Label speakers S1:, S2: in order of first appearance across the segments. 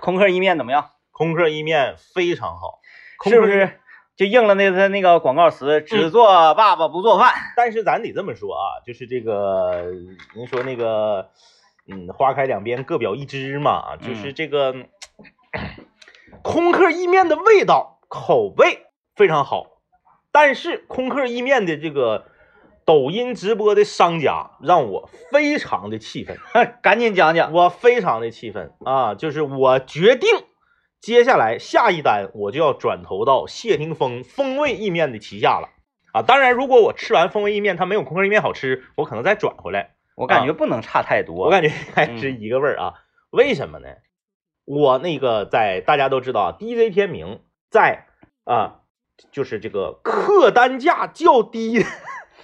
S1: 空客意面怎么样？
S2: 空客意面非常好，空
S1: 是不
S2: 客意面？嗯
S1: 是就应了那他那个广告词，只做爸爸不做饭？
S2: 但是咱得这么说啊，就是这个，您说那个，嗯，花开两边各表一枝嘛，
S1: 嗯
S2: 就是这个、空客意面的味道口味非常好，但是空客意面的这个抖音直播的商家让我非常的气愤。
S1: 赶紧讲讲。
S2: 我非常的气愤啊！就是我决定，接下来下一单我就要转投到谢霆锋风味意面的旗下了啊！当然，如果我吃完风味意面，它没有空客意面好吃，我可能再转回来。
S1: 我感觉不能差太多。
S2: 我感觉 还是一个味儿啊！为什么呢？我那个在大家都知道啊，DJ 天明在啊，就是这个客单价较低的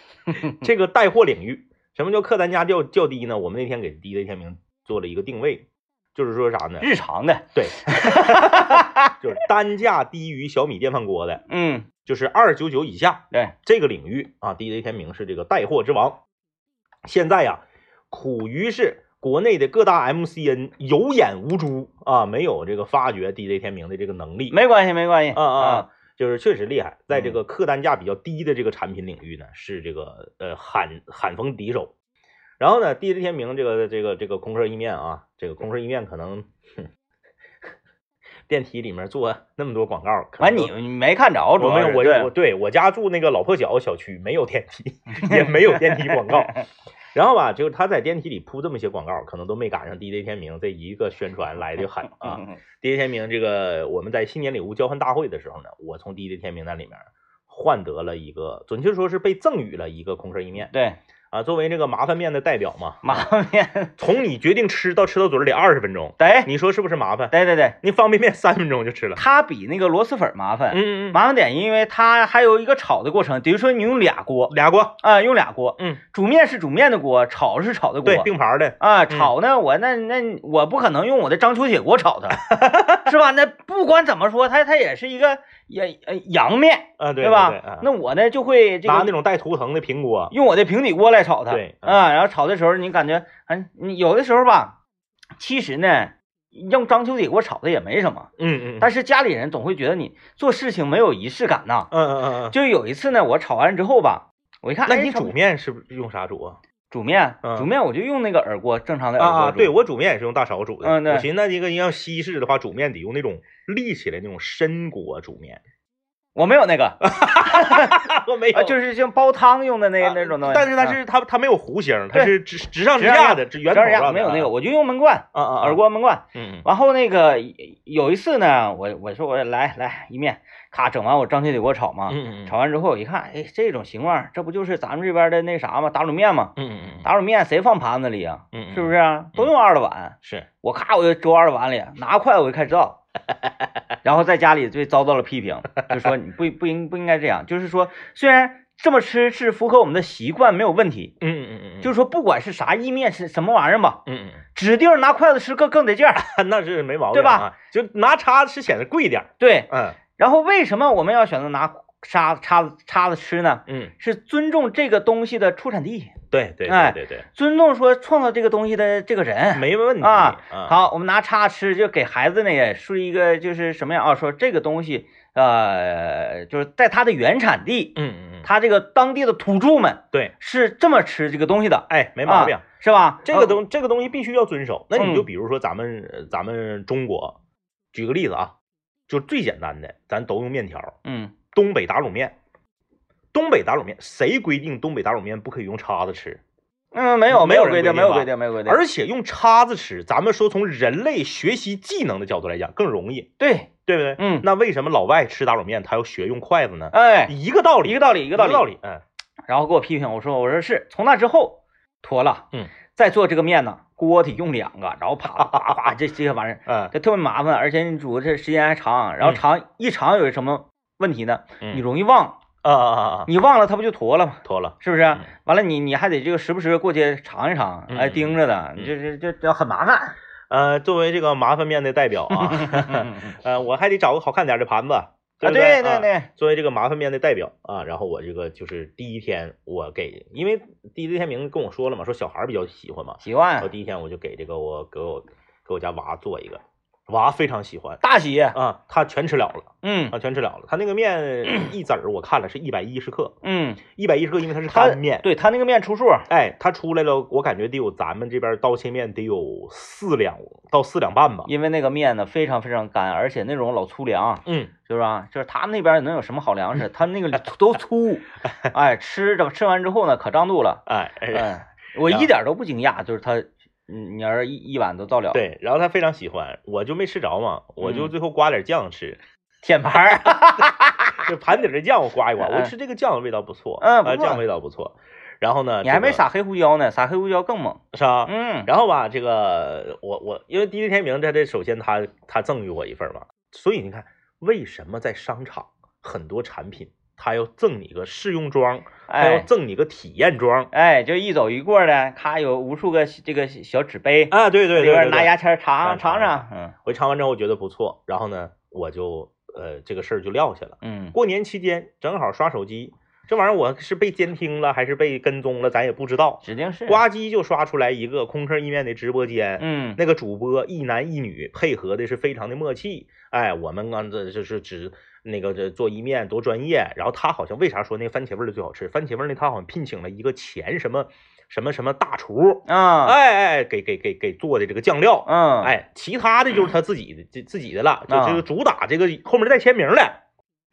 S2: 这个带货领域。什么叫客单价较较低呢？我们那天给 DJ 天明做了一个定位，就是说啥呢？
S1: 日常的，
S2: 对，就是单价低于小米电饭锅的，
S1: 嗯，
S2: 就是二九九以下
S1: 对，
S2: 这个领域啊，DJ 天明是这个带货之王。现在呀，苦于是国内的各大 MCN 有眼无珠啊，没有这个发掘 DJ 天明的这个能力。
S1: 没嗯关系，没关系。
S2: 啊啊
S1: 啊，，
S2: 就是确实厉害，在这个客单价比较低的这个产品领域呢，是这个呃罕罕逢敌手。然后呢，地之天明这个这个这个空客意面啊，这个空客意面可能哼 电梯里面做那么多广告，可
S1: 完
S2: 能
S1: 你你没看着，主
S2: 我没
S1: 要
S2: 有
S1: 是
S2: 我
S1: 对
S2: 我对我家住那个老破小小区，没有电 梯，也没有电梯广告。然后吧，就是他在电梯里铺这么些广告，可能都没赶上 DJ 天明这一个宣传来的狠啊。
S1: 嗯
S2: 第一天明这个我们在新年礼物交换大会的时候呢，我从第一天明那里面换得了一个，准确说是被赠予了一个空客意面
S1: 对，
S2: 啊，作为这个麻烦面的代表嘛。
S1: 麻烦面，
S2: 从你决定吃到吃到嘴里二十分钟，
S1: 对，
S2: 你说是不是麻烦？
S1: 对对对，
S2: 那方便面三分钟就吃 了。
S1: 它比那个螺蛳粉麻烦。
S2: 嗯嗯，
S1: 麻烦点，因为它还有一个炒的过程，等于说你用俩锅
S2: 俩锅，
S1: 啊，用俩锅，
S2: 嗯，
S1: 煮面是煮面的锅，炒是炒的锅
S2: 对，，并排的，
S1: 啊，炒呢，我那那我不可能用我的章丘铁锅炒它，是吧？那不管怎么说，它它也是一个也呃阳面，
S2: 啊，对
S1: 吧？
S2: 对啊
S1: 那我呢就会这
S2: 拿那
S1: 个
S2: 种带图腾的平锅，
S1: 用我的平底锅来炒它，
S2: 对嗯
S1: 啊，然后炒的时候你感觉，嗯，你有的时候吧，其实呢，用章丘铁锅炒的也没什么，
S2: 嗯嗯，
S1: 但是家里人总会觉得你做事情没有仪式感呐。
S2: 嗯嗯嗯嗯，
S1: 就有一次呢，我炒完之后吧，我一看，
S2: 那
S1: 哎
S2: 你
S1: 炒
S2: 煮面是不是用啥煮啊？
S1: 煮面，
S2: 嗯
S1: 煮面我就用那个耳锅正常的耳锅
S2: 啊啊，
S1: 煮
S2: 对我煮面也是用大勺煮的。
S1: 嗯对
S2: 我寻思那这个要西式的话，煮面得用那种立起来那种深锅煮面。
S1: 我没有那个。
S2: 我没
S1: 啊，就是像煲汤用的那那种东西。
S2: 但是它
S1: 啊
S2: 是它它没有弧形，它
S1: 对
S2: 是直直上
S1: 直
S2: 直
S1: 上
S2: 下的，直圆
S1: 这
S2: 头
S1: 样
S2: 上
S1: 呀，
S2: 的
S1: 没有那个，
S2: 啊
S1: 我就用闷罐，
S2: 啊啊
S1: 耳，
S2: 啊
S1: 锅闷罐。
S2: 嗯嗯
S1: 然后那个有一次呢，我我说我来来一面，咔整完我张学友给我炒嘛，
S2: 嗯嗯
S1: 炒完之后我一看，哎，这种情况，这不就是咱们这边的那啥吗？打卤面吗？
S2: 嗯嗯嗯
S1: 打卤面谁放盘子里啊？
S2: 嗯嗯，
S1: 是不是啊？都用二的碗，
S2: 是？
S1: 我咔我就周二的碗里，拿筷我就开始 造，然后在家里就遭到了批评，就说你不不应不应该这样，就是说虽然这么吃是符合我们的习惯没有问题，
S2: 嗯嗯嗯嗯，
S1: 就是是说不管是啥意面是什么玩意儿吧，
S2: 嗯嗯
S1: 指定拿筷子吃更更得劲儿。
S2: 嗯， 那是没毛病，
S1: 对吧
S2: 啊？就拿叉是显得贵点儿，
S1: 对，
S2: 嗯
S1: 然后为什么我们要选择拿叉叉子叉子吃呢？
S2: 嗯，
S1: 是尊重这个东西的出产地，
S2: 对对
S1: 哎
S2: 对对对，
S1: 尊重说创造这个东西的这个人。
S2: 没问题
S1: 啊。
S2: 嗯，
S1: 好，我们拿叉吃，就给孩子呢也是一个就是什么样啊？说这个东西，呃，就是在它的原产地，
S2: 嗯嗯嗯，
S1: 它这个当地的土著们
S2: 对，
S1: 是这么吃这个东西的，
S2: 哎，没毛病
S1: 啊。是吧？
S2: 这个
S1: 呃
S2: 东这个东西必须要遵守。那你就
S1: 嗯
S2: 比如说咱们呃咱们中国，举个例子啊，就最简单的，咱都用面条，
S1: 嗯，
S2: 东北打卤面。东北打卤面，谁规定东北打卤面不可以用叉子吃？
S1: 嗯，没有
S2: 没
S1: 有
S2: 有人
S1: 规定，
S2: 规定
S1: 没有
S2: 吧
S1: 规定，没有规定。
S2: 而且用叉子吃，咱们说从人类学习技能的角度来讲更容易，
S1: 对，
S2: 对不对？
S1: 嗯
S2: 那为什么老外吃打卤面他要学用筷子呢？
S1: 哎，
S2: 一个道理，
S1: 一个道理，一
S2: 一
S1: 个道理，
S2: 理。嗯
S1: 然后给我批评，我说我说是从那之后妥了，
S2: 嗯，
S1: 再做这个面呢，锅得用两个，然后啪 啪啪啪，这这些玩意儿
S2: 嗯
S1: 这特别麻烦，而且你煮这时间还长，然后
S2: 嗯
S1: 长、一长有什么问题呢？
S2: 嗯，
S1: 你容易忘，
S2: 啊啊啊啊，
S1: 你忘了它不就坨了吗？
S2: 脱了。
S1: 是不是？
S2: 嗯
S1: 完了你你还得这个时不时过去尝一尝，
S2: 嗯
S1: 哎，盯着的，
S2: 嗯
S1: 这这这这很麻烦。
S2: 呃，作为这个麻烦面的代表 啊，呃，我还得找个好看点儿的盘子，
S1: 啊，
S2: 对不
S1: 对
S2: 对啊
S1: 对对，
S2: 作为这个麻烦面的代表啊，然后我这个就是第一天我给，因为第一天明跟我
S1: 嗯
S2: 说了嘛，说小孩儿比较喜欢嘛，
S1: 喜欢
S2: 我第一天我就给这个我给我给我家娃做一个，娃非常喜欢
S1: 大喜，
S2: 啊，他全吃了了
S1: 嗯
S2: 啊，全吃了了。他那 个面一子儿我看了是一百一十克，
S1: 嗯，
S2: 一百一十克，因为它是
S1: 他
S2: 干面。
S1: 对他那个面出数，
S2: 哎，它出来了，我感觉得有咱们这边刀切面得有四两到四两半吧。
S1: 因为那个面呢非常非常干，而且那种老粗粮，
S2: 嗯，
S1: 就是啊，就是他们那边能有什么好粮食？他 们那个都粗，哎，吃着吃完之后呢，可胀肚 了。
S2: 哎，哎
S1: 嗯，我
S2: 然后
S1: 一点都不惊讶，就是他，嗯你儿一一碗都造了，，
S2: 对，然后他非常喜欢，我就没吃着嘛，我就
S1: 嗯
S2: 最后刮点酱吃，
S1: 舔盘
S2: 啊
S1: 儿，
S2: 就盘底儿的酱我 刮一刮，
S1: 哎
S2: 我吃这个酱味道不错，
S1: 嗯不
S2: 啊
S1: 错
S2: 酱味道不错。然后呢，
S1: 你还没
S2: 啥
S1: 撒黑胡椒呢，撒黑胡椒更猛。
S2: 是吧？
S1: 嗯，
S2: 啊然后吧，这个我我因为第一天明他这首先他他赠予我一份嘛，所以你看为什么在商场很多产品他要赠你个试用装，他要
S1: 哎
S2: 赠你个体验装
S1: 哎，就一走一过的，咔有无数个这个小纸杯，
S2: 啊？对对
S1: 里
S2: 对对
S1: 边
S2: 对，
S1: 拿牙签儿尝
S2: 尝
S1: 尝
S2: 尝
S1: 尝，嗯
S2: 我尝完之后觉得不错，然后呢我就呃这个事儿就撂下了。
S1: 嗯，
S2: 过年期间正好刷手机，这玩意儿我是被监听了还是被跟踪了，咱也不知道。
S1: 指定是，
S2: 呱唧就刷出来一个空客意面的直播间，
S1: 嗯
S2: 那个主播一男一女配合的是非常的默契，哎，我们啊这就是只那个这做一面多专业，然后他好像为啥说那个番茄味儿的最好吃？番茄味儿呢，他好像聘请了一个前什么什么什么大厨，
S1: 啊
S2: 哎哎，给给给给做的这个酱料，
S1: 嗯，
S2: 哎，其他的就是他自己的自自己的了，就
S1: 啊
S2: 这个主打这个后面带签名的，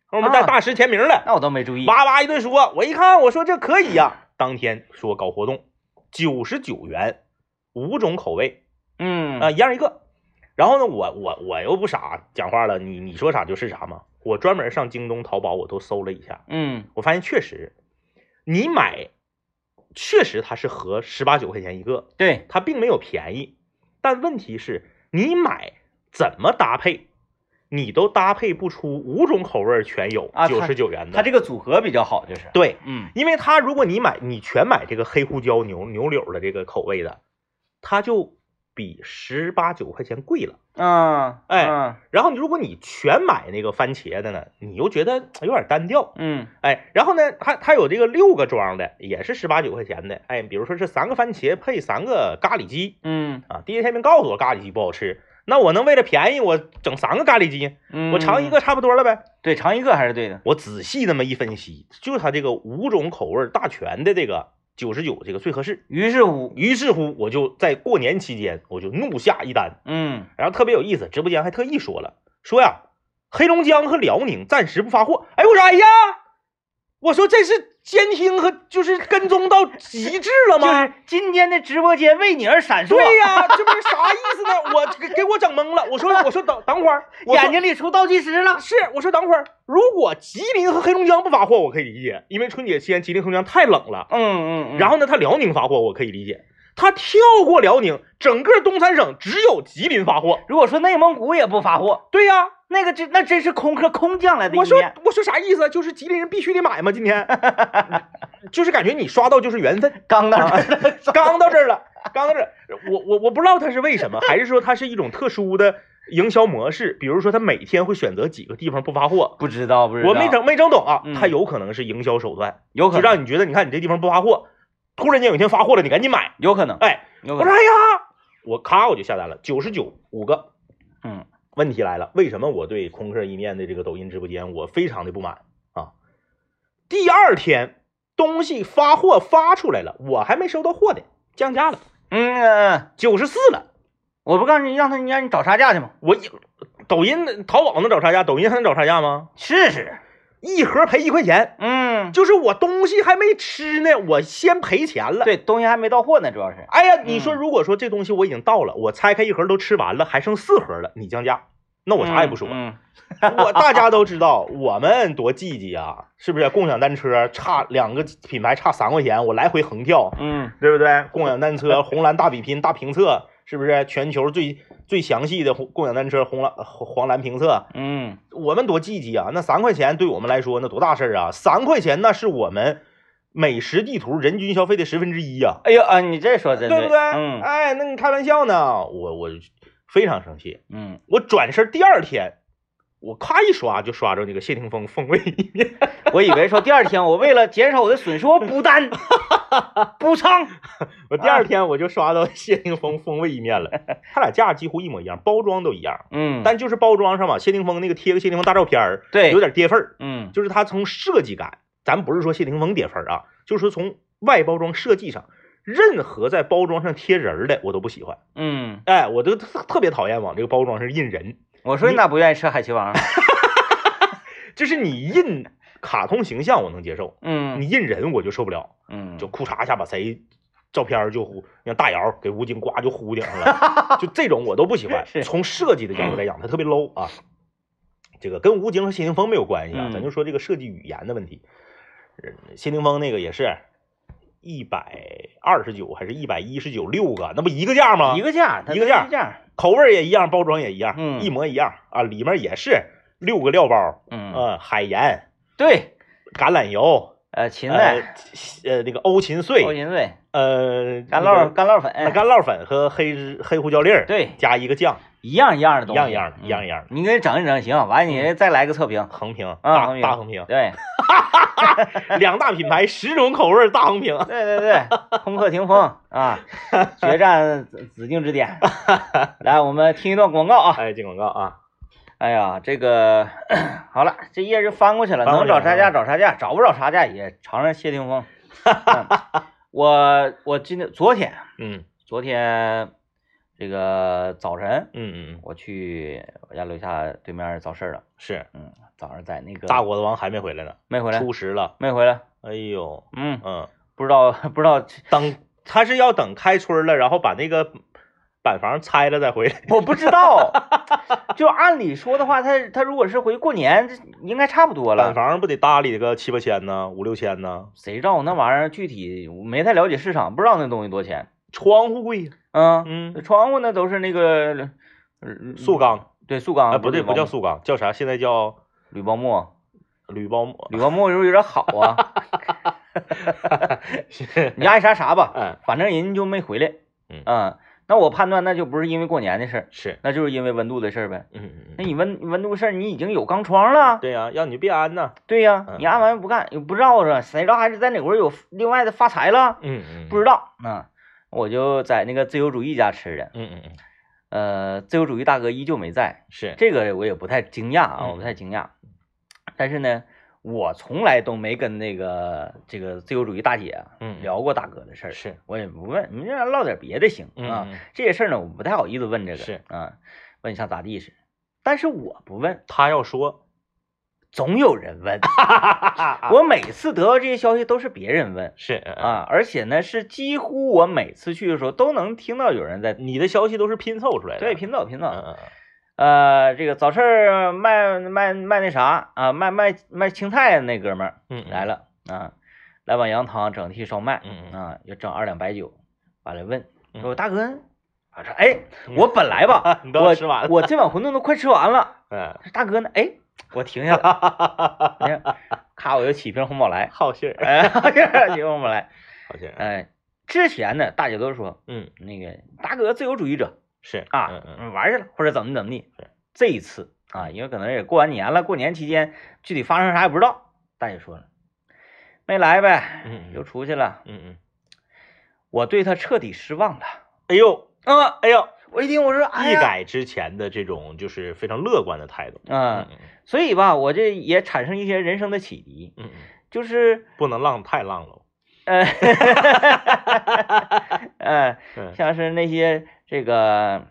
S2: 后面带
S1: 啊
S2: 大师签名的，
S1: 那我倒没注意，
S2: 哇哇一顿说，我一看我说这可以呀、当天说搞活动，九十九元，五种口味。
S1: 嗯
S2: 啊、一样一个。然后呢，我我我又不傻，讲话了，你你说啥就是啥嘛。我专门上京东、淘宝我都搜了一下，
S1: 嗯
S2: 我发现确实，你买确实它是合十八九块钱一个，
S1: 对，
S2: 它并没有便宜。但问题是，你买怎么搭配，你都搭配不出五种口味儿全有
S1: 啊它
S2: 九十九元的。
S1: 它这个组合比较好，就是，
S2: 对，
S1: 嗯
S2: 因为它如果你买你全买这个黑胡椒牛牛柳的这个口味的，它就比十八九块钱贵了。
S1: 啊，
S2: 哎
S1: 嗯
S2: 然后你如果你全买那个番茄的呢，你又觉得有点单调，
S1: 嗯
S2: 哎，然后呢，它它有这个六个装的，也是十八九块钱的，哎，比如说是三个番茄配三个咖喱鸡
S1: 嗯
S2: 啊，第一天明告诉我咖喱鸡不好吃，那我能为了便宜我整三个咖喱鸡，
S1: 嗯，
S2: 我尝一，个差不多了呗。
S1: 对，尝一个还是对的，
S2: 我仔细那么一分析，就它这个五种口味大全的这个九十九这个最合适。
S1: 于是乎，
S2: 于是乎，我就在过年期间我就怒下一单，
S1: 嗯，
S2: 然后特别有意思，直播间还特意说了，说呀，黑龙江和辽宁暂时不发货。哎，我说哎呀，我说这是监听和就是跟踪到极致
S1: 就
S2: 了吗？
S1: 是今天的直播间为你而闪烁，
S2: 对呀、这不是啥意思呢？我给给我整懵了。我说我说等等会儿，我说
S1: 眼睛里出倒计时了，
S2: 是我说等会儿，如果吉林和黑龙江不发货，我可以理解，因为春节期间吉林、黑龙江太冷了。
S1: 嗯嗯，
S2: 然
S1: 后
S2: 后呢，他辽宁发货，我可以理解。他跳过辽宁，整个东三省只有吉林发货。
S1: 如果说内蒙古也不发货，
S2: 对呀、
S1: 那个真那真是空客空降来的
S2: 我
S1: 一
S2: 说
S1: 面，
S2: 我说啥意思啊？就是吉林人必须得买吗？今天， 就是感觉你刷到就是缘分，
S1: 刚到这
S2: 啊
S1: 儿了，
S2: 刚到这儿了，刚到这儿，我我我不知道它是为什么，还是说它是一种特殊的营销模式？比如说，它每天会选择几个地方不发货，
S1: 不知道不知道，
S2: 我没整没整懂啊
S1: 嗯，
S2: 它有可能是营销手段，
S1: 有可
S2: 就
S1: 能，
S2: 让你觉得你看你这地方不发货，突然间有一天发货了，你赶紧买，
S1: 有可能，
S2: 哎，
S1: 有
S2: 我
S1: 可
S2: 说
S1: 能，
S2: 哎呀，我咔我就下单了，九十九五个。
S1: 嗯，
S2: 问题来了，为什么我对空客意面的这个抖音直播间我非常的不满啊？第二天东西发货发出来了，我还没收到货呢，降价了，
S1: 嗯嗯，嗯
S2: 九十四了。
S1: 我不告诉你，让他你让你找差价去吗？
S2: 我一抖音、淘宝能找差价，抖音还能找差价吗？
S1: 试试，
S2: 一盒赔一块钱，
S1: 嗯，
S2: 就是我东西还没吃呢，我先赔钱了。，
S1: 对，东西还没到货呢，主要是，
S2: 哎呀，你说
S1: 嗯
S2: 如果说这东西我已经到了，我拆开一盒都吃完了，还剩四盒了，你降价，那我啥也不说。
S1: 嗯，
S2: 我大家都知道，我们多积极啊，是不是？共享单车差两个品牌差三块钱，我来回横跳，
S1: 嗯
S2: 对不对？共享单车红蓝大比拼大评测，是不是全球最最详细的红共享单车红蓝黄黄蓝评测？
S1: 嗯
S2: 我们多积极啊！那三块钱对我们来说那多大事儿啊！三块钱那是我们美食地图人均消费的十分之一呀、
S1: 嗯，哎呦啊，你这说真
S2: 对不对？
S1: 嗯
S2: 哎，那你开玩笑呢？我我非常生气，
S1: 嗯
S2: 我转身第二天，我咔一刷就刷着那个谢霆锋风味意面，
S1: 我以为说第二天我为了减少我的损失，我补单 补仓，
S2: 我第二天我就刷到 谢霆锋风味意面了，它俩价几乎一模一样，包装都一样，
S1: 嗯，
S2: 但就是包装上吧，谢霆锋那个贴个谢霆锋大照片儿，
S1: 对
S2: 有点跌份儿，
S1: 嗯
S2: 就是它从设计感，咱不是说谢霆锋跌分儿啊，就是说从外包装设计上，任何在包装上贴人儿的我都不喜欢。
S1: 嗯，
S2: 哎，我都特特别讨厌往这个包装上印人，
S1: 我说你咋不愿意吃海贼王？
S2: 就是你印卡通形象我能接受，
S1: 嗯
S2: 你印人我就受不了，
S1: 嗯，
S2: 就裤衩一下把谁。照片儿就呼，像大姚给吴京呱就呼顶上 了，就这种我都不喜欢
S1: 是。
S2: 从设计的角度来讲，它特别 low 啊。这个跟吴京和谢霆锋没有关系啊，咱
S1: 嗯
S2: 就说这个设计语言的问题。呃谢霆锋那个也是一百二十九还是一百一十九六个，那不一个价吗？
S1: 一个价，它
S2: 一个
S1: 都
S2: 价
S1: 是这样，
S2: 口味儿也一样，包装也一样，
S1: 嗯
S2: 一模一样啊，里面也是六个料包，
S1: 嗯，
S2: 呃，海盐、
S1: 对，
S2: 橄榄油，
S1: 呃，芹
S2: 呃
S1: 菜、，
S2: 呃，那个欧芹
S1: 高
S2: 碎，
S1: 芹菜、
S2: 呃，
S1: 干酪、
S2: 那个
S1: 干酪粉，
S2: 呃干酪粉和黑芝黑胡椒粒儿，，
S1: 哎对，
S2: 加一个酱，
S1: 一样一样的东
S2: 一
S1: 西，
S2: 样一样的，
S1: 嗯
S2: 一样一样的，
S1: 你给整一整行，完你再来个测评，
S2: 横屏，
S1: 啊
S2: 大
S1: 横屏
S2: 大横屏，
S1: 对，
S2: 两大品牌十种口味儿大横屏，
S1: 对对对，攻克霆锋啊，决战紫紫禁之巅。来，我们听一段广告啊。
S2: 哎，进广告啊，
S1: 哎呀，这个好了，这页就翻过去了，
S2: 翻过
S1: 能
S2: 去了啊
S1: 找差价找差价，找不着差价也尝尝谢霆锋。嗯我我今天昨天
S2: 嗯
S1: 昨天这个早晨
S2: 嗯嗯，
S1: 我去我家楼下对面早市了，
S2: 是
S1: 嗯，早上在那个
S2: 大果子王还没回来呢，
S1: 没回来，
S2: 初十了，
S1: 没回来，
S2: 哎呦，
S1: 嗯，
S2: 嗯。
S1: 不知道不知道，
S2: 等他是要等开春了，然后把那个板房拆了再回来。
S1: 我不知道， 就按理说的话，他他如果是回过年，这应该差不多
S2: 板
S1: 了。
S2: 房不得搭理个七八千呢，五六千呢？
S1: 谁知道那玩意儿具体我没太了解市场，不知道那东西多少钱。
S2: 窗户贵呀，
S1: 嗯，
S2: 嗯，
S1: 窗户那都是那个呃
S2: 塑钢，
S1: 啊对塑钢，
S2: 哎，不对，
S1: 是铝
S2: 不叫
S1: 包
S2: 塑钢，叫啥？现在叫
S1: 铝包木，
S2: 铝包木。
S1: 铝包木是不是有点好 啊？你爱啥啥吧，
S2: 哎，
S1: 反正人就没回来。啊
S2: 嗯
S1: 那我判断那就不是因为过年的事儿，
S2: 是，
S1: 那就是因为温度的事儿呗。
S2: 嗯嗯
S1: 那
S2: 嗯，
S1: 你温温度事儿，你已经有钢窗了，
S2: 对呀、让你别安呐。
S1: 对呀、
S2: 嗯
S1: 你按完不干，又不绕着，谁知道还是在哪块儿有另外的发财了？
S2: 嗯嗯，
S1: 不知
S2: 道。
S1: 道，嗯，我就在那个自由主义家吃的，
S2: 嗯嗯嗯，
S1: 呃，自由主义大哥依旧没在，
S2: 是，
S1: 这个我也不太惊讶啊，
S2: 嗯
S1: 我不太惊讶。但是呢，我从来都没跟那个这个自由主义大姐
S2: 嗯
S1: 聊过大哥的事儿，
S2: 是，
S1: 我也不问，你们让唠点别的行
S2: 嗯
S1: 啊。
S2: 嗯嗯
S1: 这些事儿呢，我不太好意思问这个，
S2: 是
S1: 啊，问像咋地似的。但是我不问，
S2: 他要 说，
S1: 总有人问。
S2: 我
S1: 我每次得到这些消息都是别人问
S2: 啊是啊，
S1: 啊，而且呢是几乎我每次去的时候都能听到有人在
S2: 你的消息都是拼凑出来的。
S1: 对，拼凑拼凑。
S2: 嗯嗯
S1: 呃，这个早市儿卖卖卖那啥啊，卖卖卖青菜的那哥们儿
S2: 嗯，
S1: 来，了啊，来碗羊汤，整屉烧麦
S2: 嗯嗯
S1: 啊，要整二两白酒，完了问
S2: 嗯
S1: 说大哥，我说哎，我本来吧
S2: ，你都
S1: 我
S2: 吃完了，
S1: 我这碗馄饨都快吃完了，
S2: 嗯，
S1: 说大哥呢？ 哎，我停下了，哎呀咔，我又起瓶红宝来，
S2: 好信儿，
S1: 哎， 起瓶红宝来，
S2: 好信儿，
S1: 哎，之前呢，大姐都说
S2: 嗯。
S1: 那个大哥自由主义者，
S2: 是
S1: 啊，
S2: 嗯嗯，
S1: 嗯玩去了，或者怎么怎么地
S2: 是。
S1: 这一次啊，因为可能也过完年了，过年期间具体发生啥也不知道。大姐说了，没来呗，
S2: 嗯
S1: 又出去了。
S2: 嗯嗯，
S1: 我对他彻底失望了。
S2: 哎呦，
S1: 啊、
S2: 哎呦，
S1: 我一听我说，哎
S2: 一
S1: 呀，
S2: 改之前的这种就是非常乐观的态度。
S1: 嗯
S2: 嗯，
S1: 所以吧，我这也产生一些人生的启迪，
S2: 嗯，
S1: 就是
S2: 不能浪太浪了。
S1: 呃，呃，
S2: 嗯
S1: 像是那些这个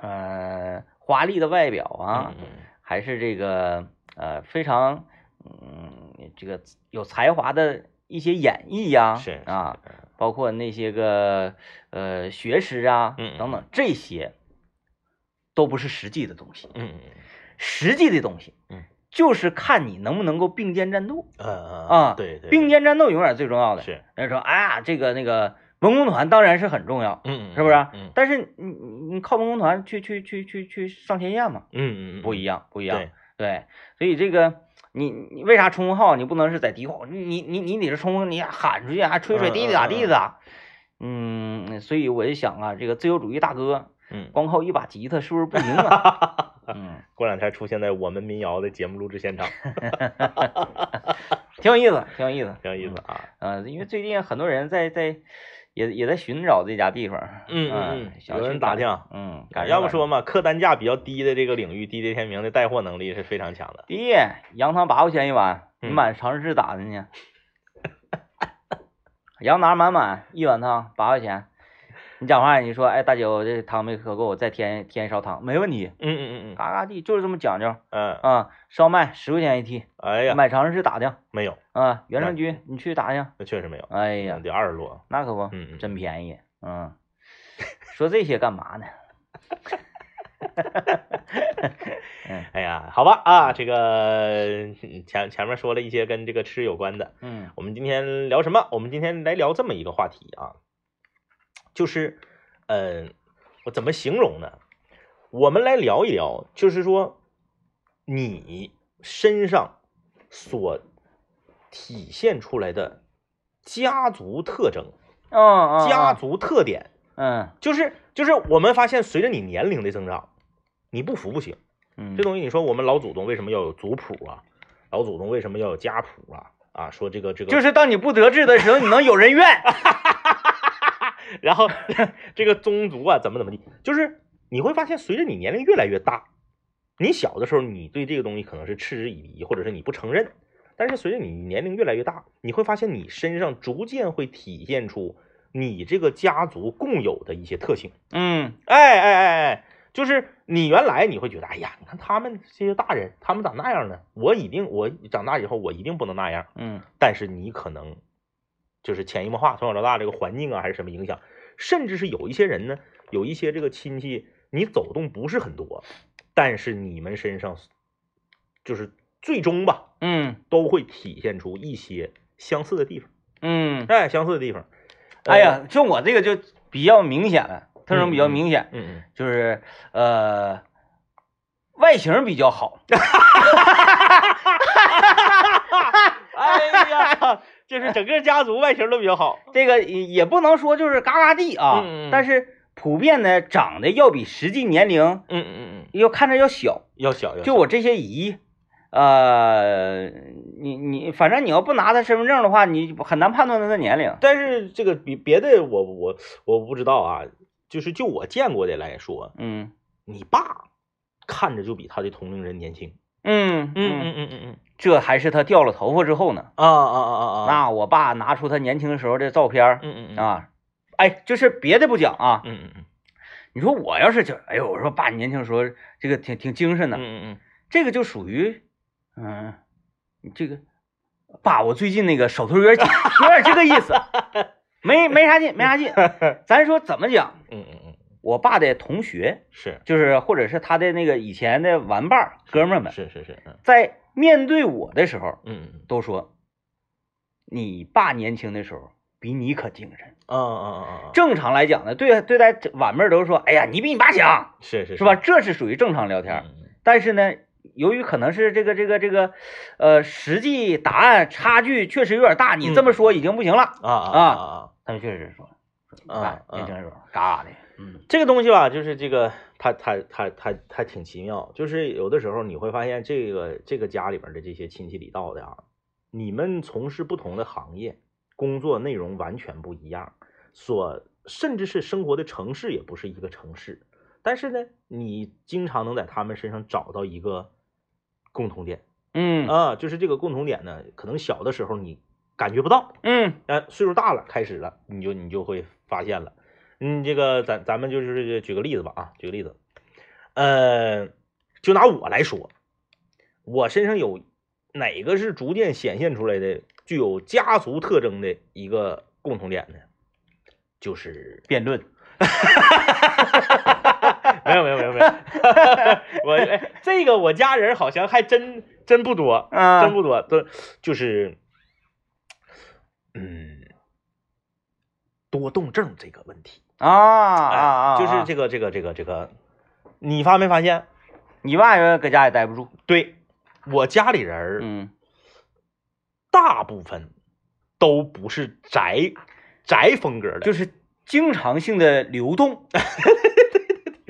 S1: 呃华丽的外表啊，
S2: 嗯嗯
S1: 还是这个呃非常嗯这个有才华的一些演绎呀、
S2: 嗯是
S1: 啊，，包括那些个呃学识啊
S2: 嗯嗯
S1: 等等这些，都不是实际的东西。
S2: 嗯嗯嗯
S1: 实际的东西，
S2: 嗯，
S1: 就是看你能不能够并肩战斗
S2: 嗯嗯
S1: 啊。
S2: 对对，
S1: 并肩战斗永远是最重要的。
S2: 是，
S1: 人家说，哎呀，这个那个文工团当然是很重要，
S2: 嗯，
S1: 是不是？
S2: 嗯
S1: 但是你你你靠文工团去去去去去上前线嘛，
S2: 嗯嗯，
S1: 不一
S2: 样，
S1: 样，不一样。
S2: 对，
S1: 对，所以这个你你为啥冲锋号你不能是在敌后，你你你得是冲锋，你喊出去啊，吹吹
S2: 嗯
S1: 滴
S2: 嗯
S1: 滴咋
S2: 嗯
S1: 地咋。嗯，所以我就想啊，这个自由主义大哥
S2: 嗯，
S1: 光靠一把吉他是不是不行啊？嗯，
S2: 过两天出现在我们民谣的节目录制现场，
S1: 挺有意思，挺有意思，
S2: 挺有意思啊。
S1: 嗯。呃，因为最近很多人在在也也在寻找这家地方，
S2: 嗯嗯
S1: 嗯
S2: 嗯，
S1: 想
S2: 有人
S1: 去
S2: 打
S1: 感
S2: 听啊，
S1: 嗯，
S2: 啊
S1: 感
S2: 要不说嘛，客单价比较低的这个领域，滴滴天明的带货能力是非常强的。
S1: 第一，羊汤八块钱一碗，你
S2: 嗯
S1: 满长市打听去。羊腩满满一碗汤八块钱，你讲话你说，哎，大姐，我这汤没喝够，我再添添一勺汤，没问题，
S2: 嗯嗯嗯
S1: 嘎嘎地，就是这么讲究
S2: 嗯嗯，
S1: 啊。烧麦十块钱一屉，
S2: 哎呀，
S1: 买长市打听
S2: 没有，
S1: 啊。袁成军，你去打听，
S2: 那确实没有，
S1: 哎呀
S2: 嗯，得二十多。
S1: 那可不，
S2: 嗯嗯
S1: 真便宜，嗯。 说这些干嘛呢？
S2: 哎呀，好吧啊，这个嗯前前面说了一些跟这个吃有关的，
S1: 嗯
S2: 我们今天聊什么？我们今天来聊这么一个话题啊，就是，嗯、我怎么形容呢？我们来聊一聊，就是说，你身上所体现出来的家族特征、
S1: 嗯嗯，
S2: 家
S1: 嗯
S2: 族特点，
S1: 嗯
S2: 就是就是我们发现，随着你年龄的增长，你不服不行。
S1: 嗯
S2: 这东西你说我们老祖宗为什么要有族谱啊？老祖宗为什么要有家谱啊？啊，说这个这个，
S1: 就是当你不得志的时候，你能有人 怨。
S2: 然后这个宗族啊，怎么怎么地，就是你会发现，随着你年龄越来越大，你小的时候你对这个东西可能是嗤之以鼻，或者是你不承认，但是随着你年龄越来越大，你会发现你身上逐渐会体现出你这个家族共有的一些特性。
S1: 嗯
S2: 哎哎哎哎，就是你原来你会觉得，哎呀，你看他们这些大人，他们咋那样呢？我一定，我长大以后我一定不能那样。
S1: 嗯
S2: 但是你可能就是潜移默化，从小到大这个环境啊，还是什么影响，甚至是有一些人呢，有一些这个亲戚，你走动不是很多，但是你们身上就是最终吧，
S1: 嗯
S2: 都会体现出一些相似的地方，
S1: 嗯，
S2: 哎，相似的地方。呃
S1: 哎，呀，就我这个就比较明显了，特征比较明显，
S2: 嗯
S1: 就是呃，外形比较好。
S2: 嗯， 哎呀， 就是整个家族外形都比较好，
S1: 这个也也不能说就是嘎嘎地啊，
S2: 嗯嗯嗯
S1: 但是普遍呢长得要比实际年龄
S2: 嗯嗯嗯，
S1: 要看着要小。
S2: 要小要
S1: 就我这些姨，呃，你你反正你要不拿她身份证的话，你很难判断她的年龄。
S2: 但是这个比别的我我我不知道啊，就是就我见过的来说，
S1: 嗯
S2: 你爸看着就比他的同龄人年轻。
S1: 嗯嗯，
S2: 嗯嗯嗯
S1: 这还是她掉了头发之后呢。
S2: 啊啊啊啊啊！
S1: 那我爸拿出他年轻时候的照片儿
S2: 嗯嗯嗯
S1: 啊，哎，就是别的不讲啊，
S2: 嗯嗯嗯
S1: 你说我要是就，哎呦，我说爸，你年轻时候这个挺挺精神
S2: 嗯
S1: 的，
S2: 嗯
S1: 这个就属于，嗯、这个，爸，我最近那个手头有点紧，有点这个意思，没没啥劲，没 啥劲。咱说怎么讲，
S2: 嗯嗯嗯，
S1: 我爸的同学，
S2: 是
S1: 就是或者是他的那个以前的玩伴儿哥们儿们，
S2: 是是是，嗯
S1: 在面对我的时候，
S2: 嗯嗯
S1: 都说，你爸年轻的时候比你可精神。
S2: 啊啊啊啊！
S1: 正常来讲呢，对对待晚辈儿都说，哎呀，你比你爸强，
S2: 是嗯是
S1: 是吧？？这是属于正常聊天儿。但是呢，由于可能是这个这个这个，呃，实际答案差距确实有点大，你这么说已经不行了。
S2: 啊啊
S1: 嗯他们确实说，
S2: 啊
S1: 哎
S2: 啊，
S1: 年轻人说嘎嘎的，嗯
S2: 这个东西吧，就是这个，它它它它它挺奇妙，就是有的时候你会发现，这个这个家里边的这些亲戚里道的啊，你们从事不同的行业，工作内容完全不一样，所甚至是生活的城市也不是一个城市，但是呢，你经常能在他们身上找到一个共同点
S1: 嗯
S2: 啊，就是这个共同点呢，可能小的时候你感觉不到，
S1: 嗯
S2: 呃，岁数大了，开始了，你就你就会发现了。嗯，这个咱咱们就是举个例子吧啊，举个例子，呃，就拿我来说，我身上有哪个是逐渐显现出来的具有家族特征的一个共同点呢？就是
S1: 辩论，
S2: 没有没有没有没有， 我、哎、这个我家人好像还真真不多，真
S1: 嗯
S2: 不多，都就是，嗯，多动症这个问题哎
S1: 啊啊啊，
S2: 就是这个这个这个这个，你发没发现？
S1: 你爸人搁家也待不住，
S2: 对我家里人儿
S1: 嗯
S2: 大部分都不是宅宅风格的，
S1: 就是经常性的流动，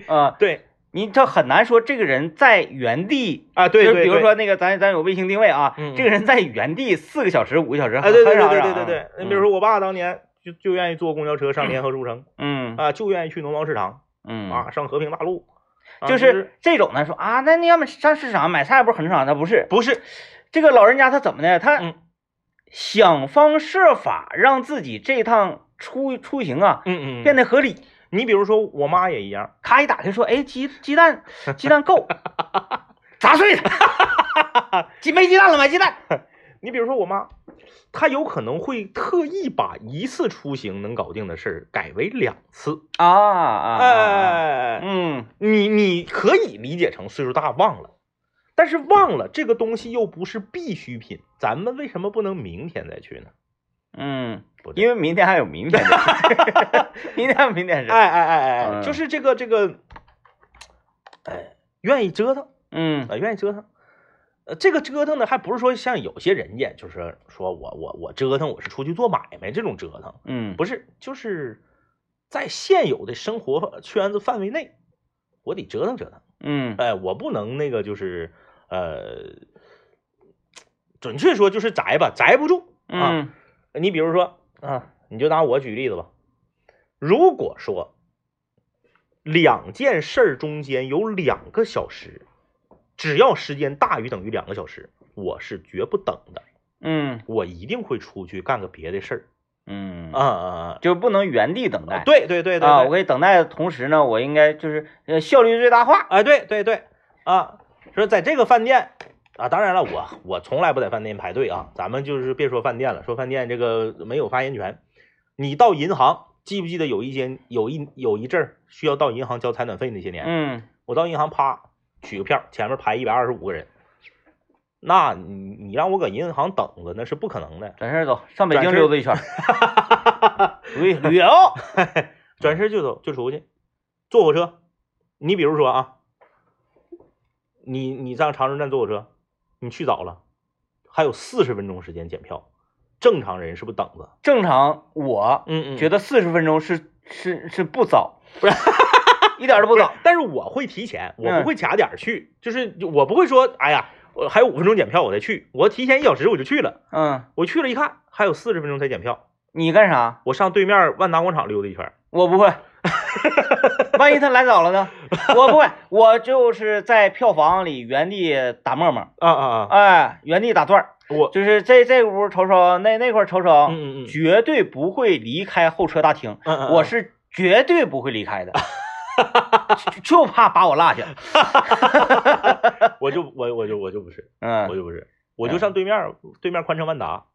S1: 啊，
S2: 对
S1: 你这很难说这个人在原地，
S2: 啊，对
S1: 就
S2: 对
S1: 是
S2: 对，
S1: 比如说那个咱咱有卫星定位啊，
S2: 嗯嗯
S1: 这个人在原地四个小时五个小时，
S2: 啊，对对
S1: 很
S2: 对
S1: 少
S2: 对
S1: 让
S2: 对对对
S1: 啊，
S2: 你比如说我爸当年就就愿意坐公交车上联合书城
S1: 嗯
S2: 啊，就愿意去农贸市场
S1: 嗯
S2: 啊，上和平大路，啊
S1: 就
S2: 就是
S1: 这种呢，说啊，那你要么上市场买菜不是很正常？那不是
S2: 不是
S1: 这个老人家他怎么的？他
S2: 嗯
S1: 想方设法让自己这趟出出行啊
S2: 嗯嗯，
S1: 变得合理。
S2: 你比如说我妈也一样，
S1: 咔一打开说，哎，鸡鸡 蛋鸡蛋够，砸碎它， 鸡没鸡蛋了买鸡蛋。
S2: 你比如说我妈，她有可能会特意把一次出行能搞定的事儿改为两次，
S1: 啊啊，啊
S2: 哎，
S1: 嗯
S2: 你你可以理解成岁数大忘了，但是忘了这个东西又不是必需品，咱们为什么不能明天再去呢？
S1: 嗯
S2: 不，对
S1: 因为明天还有明天的 事，明天还有明天的事，
S2: 哎哎哎哎，
S1: 嗯
S2: 就是这个这个，哎，愿意折腾啊、
S1: 嗯
S2: 愿意折腾。呃，这个折腾呢，还不是说像有些人家就是说我我我折腾，我是出去做买卖这种折腾，
S1: 嗯，
S2: 不是，就是在现有的生活圈子范围内，我得折腾折腾。
S1: 嗯
S2: 哎，我不能那个就是呃，准确说就是宅吧，宅不住啊。
S1: 嗯
S2: 你比如说啊，你就拿我举例子吧。如果说两件事儿中间有两个小时，只要时间大于等于两个小时，我是绝不等的，
S1: 嗯
S2: 我一定会出去干个别的事儿。
S1: 嗯
S2: 啊啊
S1: 就不能原地等
S2: 啊！
S1: 待。
S2: 对对对对
S1: 啊，
S2: 对
S1: 我可以等待的同时呢，我应该就是呃效率最大化。
S2: 哎，对对对，啊，说在这个饭店啊，当然了，我我从来不在饭店排队啊，咱们就是别说饭店了，说饭店这个没有发言权。你到银行，记不记得有一间有一有一阵儿需要到银行交采暖费那些年？
S1: 嗯
S2: 我到银行啪取个票，前面排一百二十五个人，那你你让我搁银行等着那是不可能的。
S1: 转身走，上北京
S2: 转身
S1: 溜达一圈哎儿，旅 旅游。
S2: 转身就走，就出去，坐火车。你比如说啊，你你上长春站坐火车，你去早了，还有四十分钟时间检票，正常人是不是等着？
S1: 正常，我
S2: 嗯嗯
S1: 觉
S2: 觉得
S1: 得四十分钟是是是不早，不是 一点儿都不
S2: 不
S1: 早
S2: 早。，但是我会提前，我
S1: 嗯
S2: 不会卡点儿去，就是我不会说，哎呀，我还有五分钟检票我再去，我提前一小时我就去了，
S1: 嗯，
S2: 我去了一看还有四十分钟才检票，
S1: 你干啥？
S2: 我上对面万达广场溜达一圈儿，
S1: 我 不会。万一他来早了呢？我不会，我就是在票房里原地打沫沫，
S2: 啊啊啊，
S1: 哎，原地打转儿，
S2: 我，
S1: 就是这这屋瞅瞅，那那块儿瞅瞅，
S2: 嗯嗯嗯
S1: 绝对不会离开候车大厅，
S2: 嗯嗯，
S1: 我是绝对不会离开 的，就就怕把我落下。
S2: 我就我我就我就不是，我
S1: 嗯，
S2: 就不是，我就上对面儿对面宽城万达。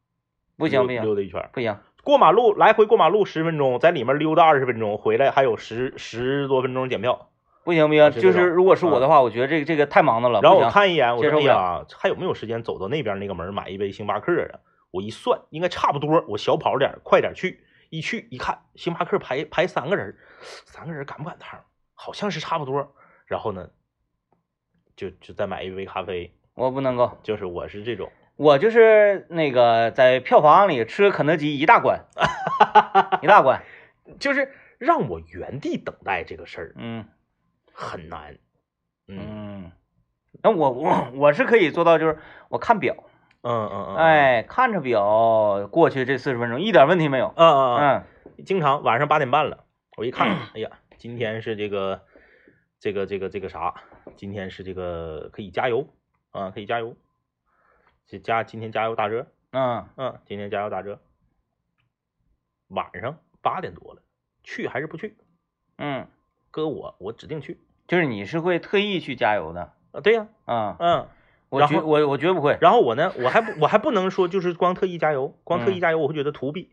S1: 不啊行
S2: 溜
S1: 不行
S2: 溜达一圈儿，
S1: 不行，
S2: 过马路来回过马路十分钟，在里面溜达二十分钟，回来还有十十多分钟检票。
S1: 不行不
S2: 啊
S1: 行，
S2: 是
S1: 就
S2: 这
S1: 是
S2: 种
S1: 如果是我的话，我觉得这个这个太忙的了。
S2: 然后
S1: 啊不
S2: 我
S1: 行
S2: 看一眼，我
S1: 接
S2: 说
S1: 受
S2: 哎
S1: 不了
S2: 呀，还有没有时间走到那边那个门儿买一杯星巴克啊？我一算，应该差不多，我小跑点儿，快点儿去。一去一看，星巴克排排三个人儿，三个人赶不赶趟儿？好像是差不多。然后呢，就就再买一杯咖啡。
S1: 我不能够，
S2: 就是我是这种，
S1: 我就是那个在票房里吃肯德基一大 关，一大关，
S2: 就是让我原地等待这个事儿
S1: 嗯
S2: 很难。嗯
S1: 嗯。那我我我是可以做到，就是我看表，
S2: 嗯嗯嗯，
S1: 哎，看着表过去这四十分钟一点问题没有。
S2: 嗯嗯嗯。
S1: 嗯
S2: 经常晚上八点半了，我一 看，哎呀，今天是这个这个这个这个啥？今天是这个可以加油啊，可以加油，这加今天加油打折，
S1: 嗯
S2: 嗯，今天加油打折。晚上八点多了，去还是不去？
S1: 嗯，
S2: 哥我我指定去
S1: 就是你是会特意去加油的，
S2: 啊，对呀、
S1: 嗯，
S2: 嗯，
S1: 我
S2: 然
S1: 绝
S2: 后
S1: 我我绝不会，
S2: 然后我呢，我还不我还不能说就是光特意加油，光特意
S1: 嗯
S2: 加油我会觉得土鄙，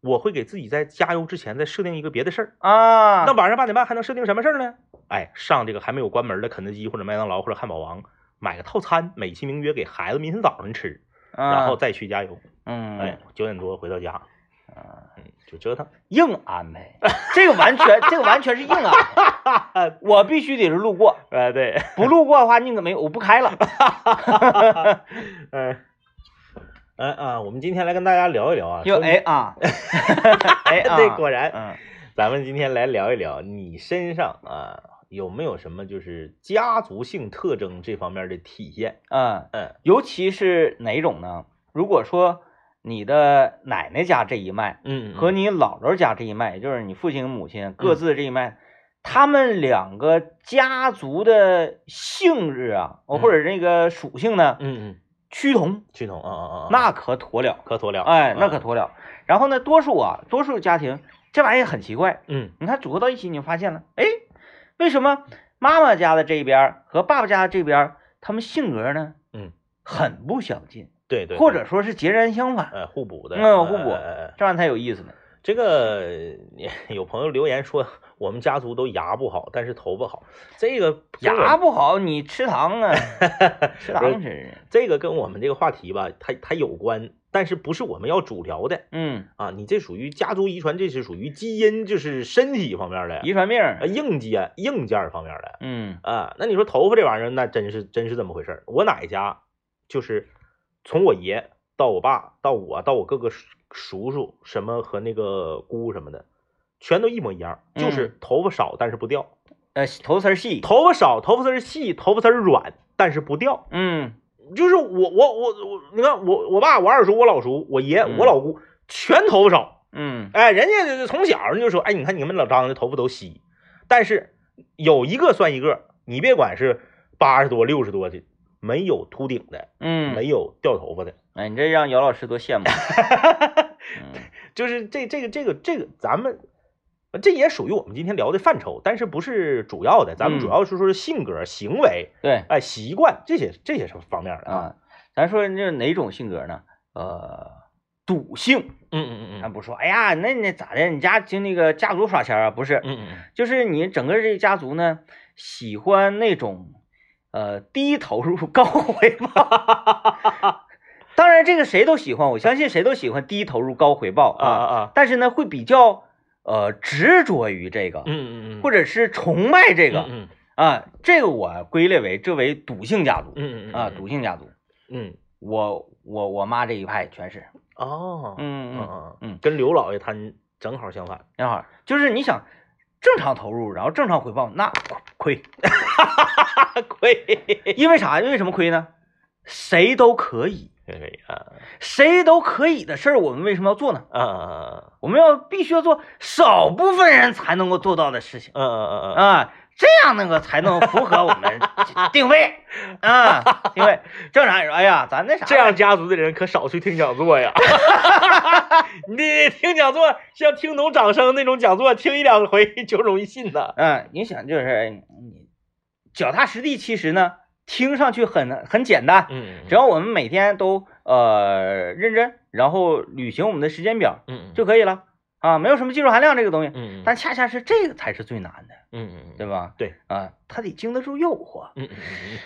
S2: 我会给自己在加油之前再设定一个别的事儿。
S1: 啊，
S2: 那晚上八点半还能设定什么事儿呢？哎，上这个还没有关门的肯德基或者麦当劳或者汉堡王买个套餐，美其名曰给孩子明天早上吃，然后
S1: 啊
S2: 再去加油。
S1: 嗯，啊
S2: 哎，九点多回到家，嗯，就折腾。
S1: 硬安排，这个完全这个完全是硬安 排，我必须得是路过，
S2: 哎，对，
S1: 不路过的话宁可没有我不开了。
S2: 哎，哎啊，我们今天来跟大家聊一聊啊，
S1: 就
S2: 说
S1: 哎啊，哎啊，
S2: 对，果然，
S1: 嗯
S2: 咱们今天来聊一聊你身上啊有没有什么就是家族性特征这方面的体现？
S1: 嗯，
S2: 嗯
S1: 尤其是哪种呢？如果说你的奶奶家这一脉
S2: 嗯
S1: 和你姥姥家这一脉，也就是你父亲、母亲各自这一脉，他们两个家族的性质啊，
S2: 嗯
S1: 或者那个属性呢，
S2: 嗯嗯
S1: 趋同，
S2: 趋同啊啊啊，啊
S1: 那可妥了。
S2: 可妥了，
S1: 哎，那可
S2: 啊
S1: 妥了。然后呢，多数啊，多数家庭这玩意儿很奇怪，
S2: 嗯
S1: 你看组合到一起，你就发现了，哎，为什么妈妈家的这边儿和爸爸家的这边儿，他们性格呢
S2: 嗯
S1: 很不相近，
S2: 对对，
S1: 或
S2: 对
S1: 者说是截然相反，
S2: 呃互补的，
S1: 嗯互补
S2: 哎哎哎
S1: 这玩意儿才有意思呢。
S2: 这个也有朋友留言说，我们家族都牙不好，但是头发好。这个跟我
S1: 牙不好，你吃糖 啊，吃啊糖吃。
S2: 这个跟我们这个话题吧，它它有关，但是不是我们要主聊的
S1: 嗯，
S2: 啊？你这属于家族遗传，这是属于基因，就是身体方面的，
S1: 遗传病儿。
S2: 呃，硬件硬件方面的
S1: 嗯
S2: 啊。那你说头发这玩意儿，那真是真是这么回事儿。我奶家就是从我爷到我爸到我到我各个叔叔叔什么和那个姑什么的，全都一模一样，就是头发少但是不掉。
S1: 呃，头丝儿细。
S2: 头发少，头发丝儿细，头发丝儿软，但是不掉。
S1: 嗯
S2: 就是我我我我，你看我我爸、我二叔、我老叔、我爷、
S1: 嗯
S2: 我老姑，全头发少。
S1: 嗯
S2: 哎，人家就是从小人就说，哎，你看你们老张的头发都稀，但是有一个算一个，你别管是八十多、六十多的，没有秃顶的，
S1: 嗯，
S2: 没有掉头发的，
S1: 哎，你这让姚老师多羡慕。啊嗯
S2: 就是这这个这个这个，咱们这也属于我们今天聊的范畴，但是不是主要的，咱们
S1: 嗯
S2: 主要是说是性格、行为、
S1: 对
S2: 哎习惯这些这些什么方面的
S1: 啊，咱说这哪种性格呢？呃，赌性。
S2: 嗯嗯嗯
S1: 咱不说，哎呀，那你咋的？你家经那个家族耍钱儿啊？不是，
S2: 嗯嗯
S1: 就是你整个这个家族呢，喜欢那种呃低投入高回报。当然，这个谁都喜欢，我相信谁都喜欢低投入高回报
S2: 啊啊啊，
S1: 但是呢，会比较呃执着于这个，
S2: 嗯嗯嗯，
S1: 或
S2: 者
S1: 者是崇拜这
S2: 这
S1: 个
S2: 嗯
S1: 啊，这个我归类为这为赌性家族
S2: 嗯嗯
S1: 啊，赌性家族。
S2: 嗯
S1: 我我我妈这一派全是，
S2: 哦，
S1: 嗯嗯。
S2: 嗯嗯，跟刘老爷他正好相反，
S1: 正好就是你想正常投入，然后正常回报，那亏，
S2: 亏
S1: 因为啥？因为什么亏呢？谁都可以，
S2: 亏啊
S1: 谁都可以的事儿，我们为什么要做呢？
S2: 啊啊
S1: 我们要必须要做少部分人才能够做到的事情
S2: 啊啊啊
S1: 啊，这样那个才能符合我们定位啊，定位。正常人说，哎呀，咱那啥，
S2: 这样家族的人可少去听讲座呀，你得听讲座像听懂掌声那种讲座，听一两回就容易信呐。
S1: 嗯，你想就是你脚踏实地，其实呢，听上去很很简单，
S2: 嗯
S1: 只要我们每天都呃认真，然后履行我们的时间表
S2: 嗯
S1: 就可以了啊，没有什么技术含量这个东西。
S2: 嗯
S1: 但恰恰是这个才是最难的，
S2: 嗯
S1: 对吧？
S2: 对，
S1: 啊，他得经得住诱惑
S2: 嗯嗯嗯，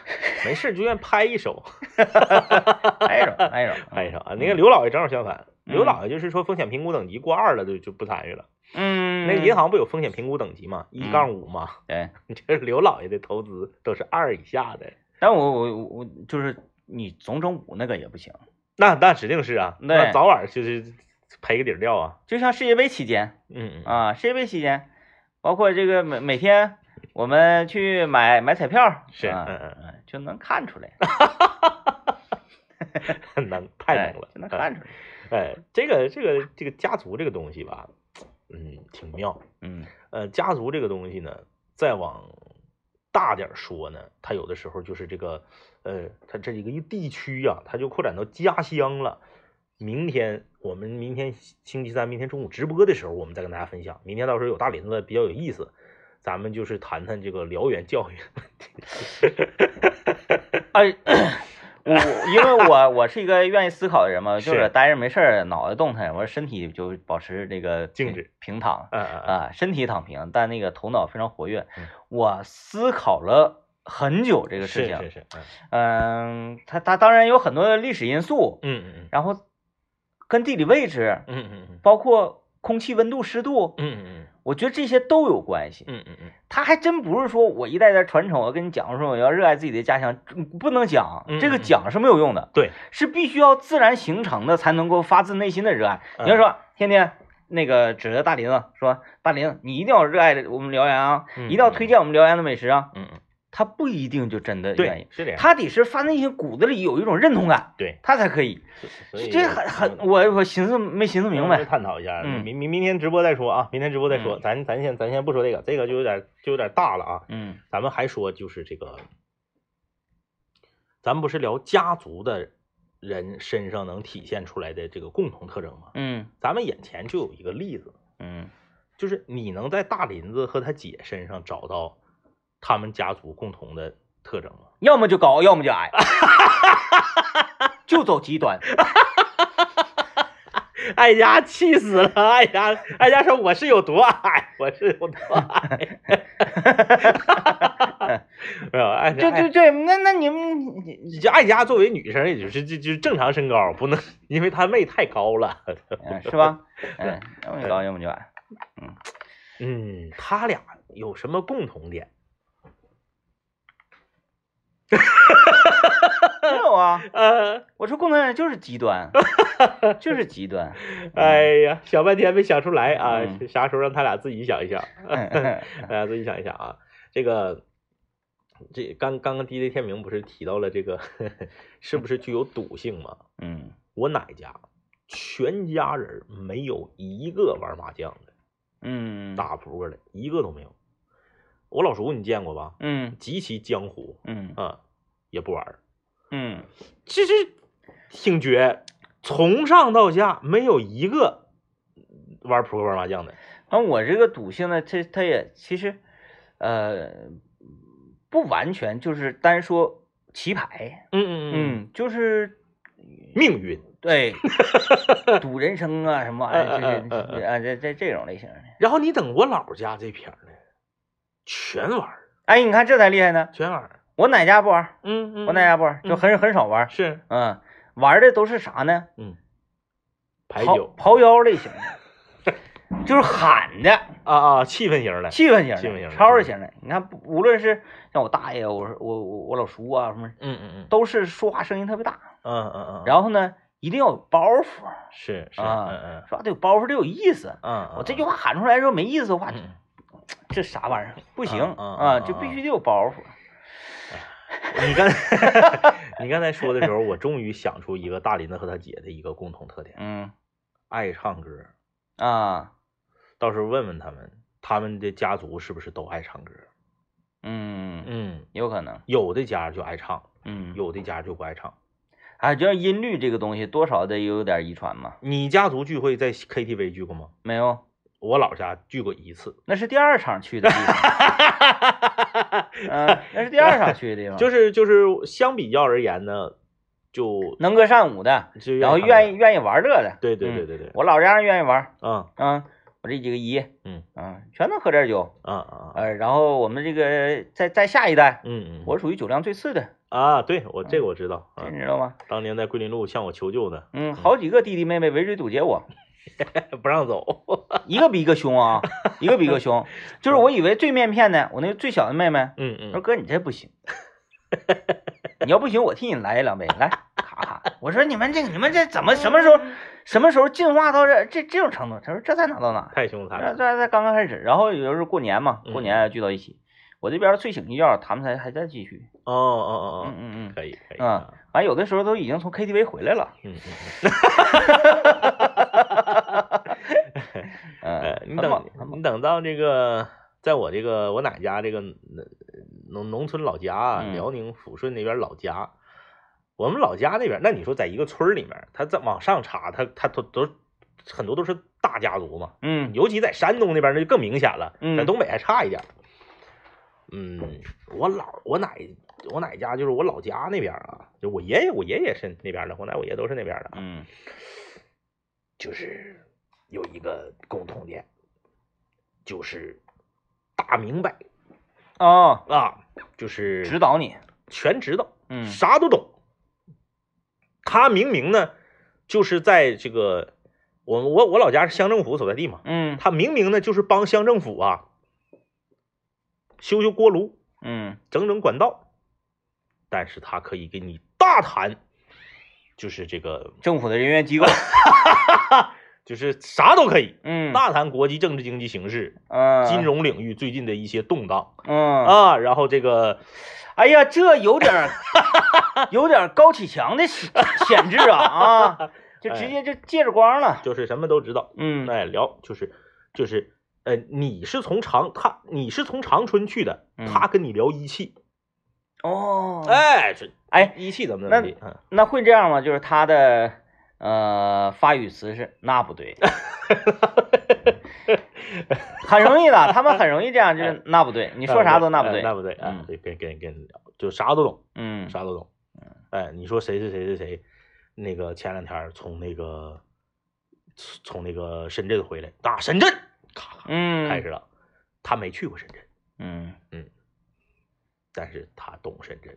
S2: 没事就愿拍一手。
S1: 挨着挨 着
S2: 拍一
S1: 着，
S2: 手啊！那个刘老爷正好相反，
S1: 嗯
S2: 刘老爷就是说风险评估等级过二了，就就不参与了。
S1: 嗯，
S2: 那个银行不有风险评估等级吗？一
S1: 嗯
S2: 杠五嘛。
S1: 对，
S2: 这刘老爷的投资都是二以下的，
S1: 但我我我我就是你总整五那个也不行，
S2: 那那指定是啊，
S1: 对
S2: 那早晚就是赔个底儿掉啊。
S1: 就像世界杯期间
S2: 嗯嗯
S1: 啊，世界杯期间，包括这个每每天我们去买买彩票，
S2: 是
S1: 啊
S2: 嗯嗯
S1: 嗯就能看出来，
S2: 嗯，能太能了
S1: 哎，就能
S2: 哎
S1: 看出来，
S2: 哎，这个这个这个家族这个东西吧，嗯，挺妙。
S1: 嗯
S2: 呃，家族这个东西呢，再往大点儿说呢，它有的时候就是这个，呃，它这一个一地区呀、它就扩展到家乡了。明天我们明天星期三，明天中午直播的时候，我们再跟大家分享。明天到时候有大林子比较有意思，咱们就是谈谈这个辽源教育 问题。
S1: 哎，我我因为我我是一个愿意思考的人嘛，就是是待着没事儿脑袋动弹，我身体就保持这个
S2: 静
S1: 平
S2: 止
S1: 平躺
S2: 啊啊啊！
S1: 啊，身体躺平，但那个头脑非常活跃
S2: 嗯。
S1: 我思考了很久这
S2: 这
S1: 个事
S2: 是
S1: 情，
S2: 是，
S1: 嗯，它它当然有很多的历史因素，
S2: 嗯嗯
S1: 然后跟地理位置，
S2: 嗯嗯嗯
S1: 包括空气温度、湿度，
S2: 嗯
S1: 我觉得这些都有关系。
S2: 嗯嗯嗯
S1: 他还真不是说我一代代传承，我跟你讲说我要热爱自己的家乡，不能讲
S2: 嗯
S1: 这个讲是没有用的，
S2: 对，
S1: 是必须要自然形成的，才能够发自内心的热爱。
S2: 嗯
S1: 你要说天天那个指着大林子说：“大林，你一定要热爱我们辽源啊，
S2: 嗯
S1: 一定要推荐我们辽源的美食啊。
S2: 嗯嗯，”
S1: 他不一定就真的愿
S2: 对
S1: 意，，
S2: 是这样，
S1: 他得是发内心骨子里有一种认同感，
S2: 对，
S1: 他才可以。
S2: 所以
S1: 这很很，
S2: 嗯
S1: 我我寻思没寻思明
S2: 咱们
S1: 白。
S2: 探讨一下，
S1: 嗯
S2: 明明明天直播再说啊，明天直播再说，咱咱先咱先不说这个，这个就有点就有点大了啊，
S1: 嗯
S2: 咱们还说就是这个，咱们不是聊家族的人身上能体现出来的这个共同特征吗？
S1: 嗯
S2: 咱们眼前就有一个例子，
S1: 嗯
S2: 就是你能在大林子和他姐身上找到他们家族共同的特征吗？
S1: 要么就高，要么就矮， 就走极端。
S2: 哎呀，气死了！哎呀，哎呀，说我是有多矮，我是有多矮。 没有，哎，
S1: 对对对，那那你们，
S2: 对，艾佳作为女生，也就是就就正常身高，不能因为她妹太高了。
S1: 嗯是吧？ 嗯，要么就高，要么就 矮。
S2: 嗯，他俩有什么共同点？
S1: 没有啊，
S2: 呃，
S1: 我说共同点就是极端，就是极端。
S2: 哎呀，想半天没想出来啊，
S1: 嗯
S2: 啥时候让他俩自己想一想？
S1: 嗯
S2: 大家自己想一想啊，这个这刚刚刚 DJ 天明不是提到了这个 是不是具有赌性吗？
S1: 嗯
S2: 我奶家全家人儿没有一个玩麻将的、
S1: 嗯，
S2: 打扑克的，一个都没有。我老叔你见过吧？
S1: 嗯
S2: 极其江湖
S1: 嗯
S2: 啊、也不玩儿，
S1: 嗯，
S2: 这是挺绝。从上到下没有一个玩扑克玩麻将的，
S1: 反正我这个赌性呢，它它也其实，呃，不完全就是单说棋牌，
S2: 嗯嗯嗯，
S1: 嗯，就是
S2: 命运。
S1: 对赌人生啊什么玩意儿，
S2: 嗯嗯
S1: 这
S2: 嗯嗯
S1: 这啊这这这种类型的。
S2: 然后你等我姥儿家这片儿呢，全玩儿，
S1: 哎，你看这才厉害呢！
S2: 全玩儿。
S1: 我奶家不玩儿，
S2: 嗯嗯
S1: 我奶家不玩儿，就很很少玩儿。
S2: 是
S1: 嗯，玩儿的都是啥呢？
S2: 嗯，牌
S1: 刨
S2: 九
S1: 刨腰类型的，就是喊的。
S2: 啊啊，气氛型的，
S1: 气氛型的，
S2: 气氛型的
S1: 超市型的。你看，不无论是像我大爷，我是我我我老叔啊什么，
S2: 嗯嗯嗯
S1: 都是说话声音特别大。
S2: 嗯嗯嗯，后
S1: 然后呢，一定要有包袱，
S2: 是是
S1: 啊
S2: 嗯嗯
S1: 是吧？得有包袱，得有意思。
S2: 嗯，
S1: 我这句
S2: 话
S1: 话喊出来之后没意思的话，
S2: 嗯
S1: 这啥玩意儿？不行
S2: 嗯嗯
S1: 啊，
S2: 嗯
S1: 就必
S2: 嗯
S1: 须得有包袱。
S2: 你刚才 你刚才说的时候，我终于想出一个大林子和他姐的一个共同特点，
S1: 嗯
S2: 爱唱歌。
S1: 啊
S2: 到时候问问他们，他们的家族是不是都爱唱歌？
S1: 嗯，
S2: 嗯，
S1: 有可能。
S2: 有的家就爱唱，
S1: 嗯，
S2: 有的家就不爱唱。
S1: 啊，就像音律这个东西，多少得有点遗传嘛。
S2: 你家族聚会在 KTV 聚过吗？
S1: 没有，
S2: 我姥家聚过一次，
S1: 那是第二场去的地方。嗯、那是第二场去的地方，
S2: 就是是就是相比较而言呢，就
S1: 能歌善舞的，
S2: 就
S1: 然后
S2: 看
S1: 愿
S2: 看
S1: 意愿意玩这的。
S2: 对对
S1: 嗯
S2: 对对对，
S1: 我老家人愿意玩儿，
S2: 嗯
S1: 嗯，我这几个姨，
S2: 嗯
S1: 嗯，全能喝点酒，
S2: 啊啊啊，
S1: 呃，然后我们这个再再下一代，
S2: 嗯嗯，
S1: 我嗯属于酒量最次的，
S2: 啊，对我这个我知道，啊
S1: 这你知道吗？
S2: 当年在桂林路向我求 救的，
S1: 嗯，好几个弟弟妹妹围追堵截我，
S2: 不让走，
S1: 一个比一个凶啊，一个比一个凶， 就是我以为最面片的，我那个最小的妹妹
S2: 嗯
S1: 说
S2: 嗯，
S1: 哥你这不行，你要不行我替你来一两杯，来，咔咔，我说你们这你们这怎么什么时候什么时候进化到这这这种程度？他说这才哪到哪。
S2: 太凶残
S1: 这
S2: 了，
S1: 这才刚刚开始，然后有时候过年嘛，过
S2: 嗯
S1: 年聚到一起，我这边睡醒一觉，他们才还在继续。
S2: 哦哦
S1: 嗯
S2: 哦
S1: 嗯
S2: 哦，
S1: 嗯，
S2: 可以可以，
S1: 啊反正有的时候都已经从 KTV 回来了。
S2: 嗯嗯，
S1: 嗯
S2: 呃，，你
S1: 嗯很猛
S2: 等
S1: 很猛。
S2: 你等到这个，在我这个我奶家这个农农村老家啊，
S1: 嗯
S2: 辽宁抚顺那边老家，我们老家那边，那你说在一个村儿里面，他再往上查，他他都都很多都是大家族嘛，
S1: 嗯
S2: 尤其在山东那边那就更明显了，
S1: 嗯
S2: 在东北还差一点儿。嗯，我老我奶我奶家就是我老家那边啊，就我爷爷我爷爷是那边的，我奶我爷都是那边的啊，
S1: 嗯
S2: 就是有一个共同点，就是大明白
S1: 哦，
S2: 啊，就是
S1: 指导你。
S2: 全知道，
S1: 嗯
S2: 啥都懂。他明明呢，就是在这个我们我我老家是乡政府所在地嘛，
S1: 嗯
S2: 他明明呢就是帮乡政府啊修修锅炉、
S1: 嗯
S2: 整整管道，但是他可以跟你大谈，就是这个
S1: 政府的人员机构。
S2: 就是啥都可以。
S1: 嗯，
S2: 大谈国际政治经济形势、
S1: 嗯，
S2: 金融领域最近的一些动荡
S1: 嗯，
S2: 啊，然后这个
S1: 哎呀，这有点 儿有点儿高启强的显潜质啊啊，就直接就借着光了。
S2: 就是什么都知道，
S1: 嗯
S2: 哎，聊就是就是呃，你是从长他你是从长春去的，
S1: 嗯
S2: 他跟你聊一汽，
S1: 哦，
S2: 哎，这
S1: 哎
S2: 一汽怎么怎么地，嗯
S1: 那会这样吗？就是他的呃发语词是那不 对，
S2: 嗯
S1: 很容易的，他们很容易这样，就是那不对，你说啥都那不
S2: 哎
S1: 对。
S2: 那不对，哎
S1: 嗯，
S2: 对，跟跟跟人聊，就啥都懂，
S1: 嗯
S2: 啥都懂，哎，你说谁谁谁谁谁，那个前两天儿从那个从从那个深圳回来，打深圳，咔咔
S1: 嗯，
S2: 开始了，他没去过深圳。
S1: 嗯，
S2: 但是他懂深圳。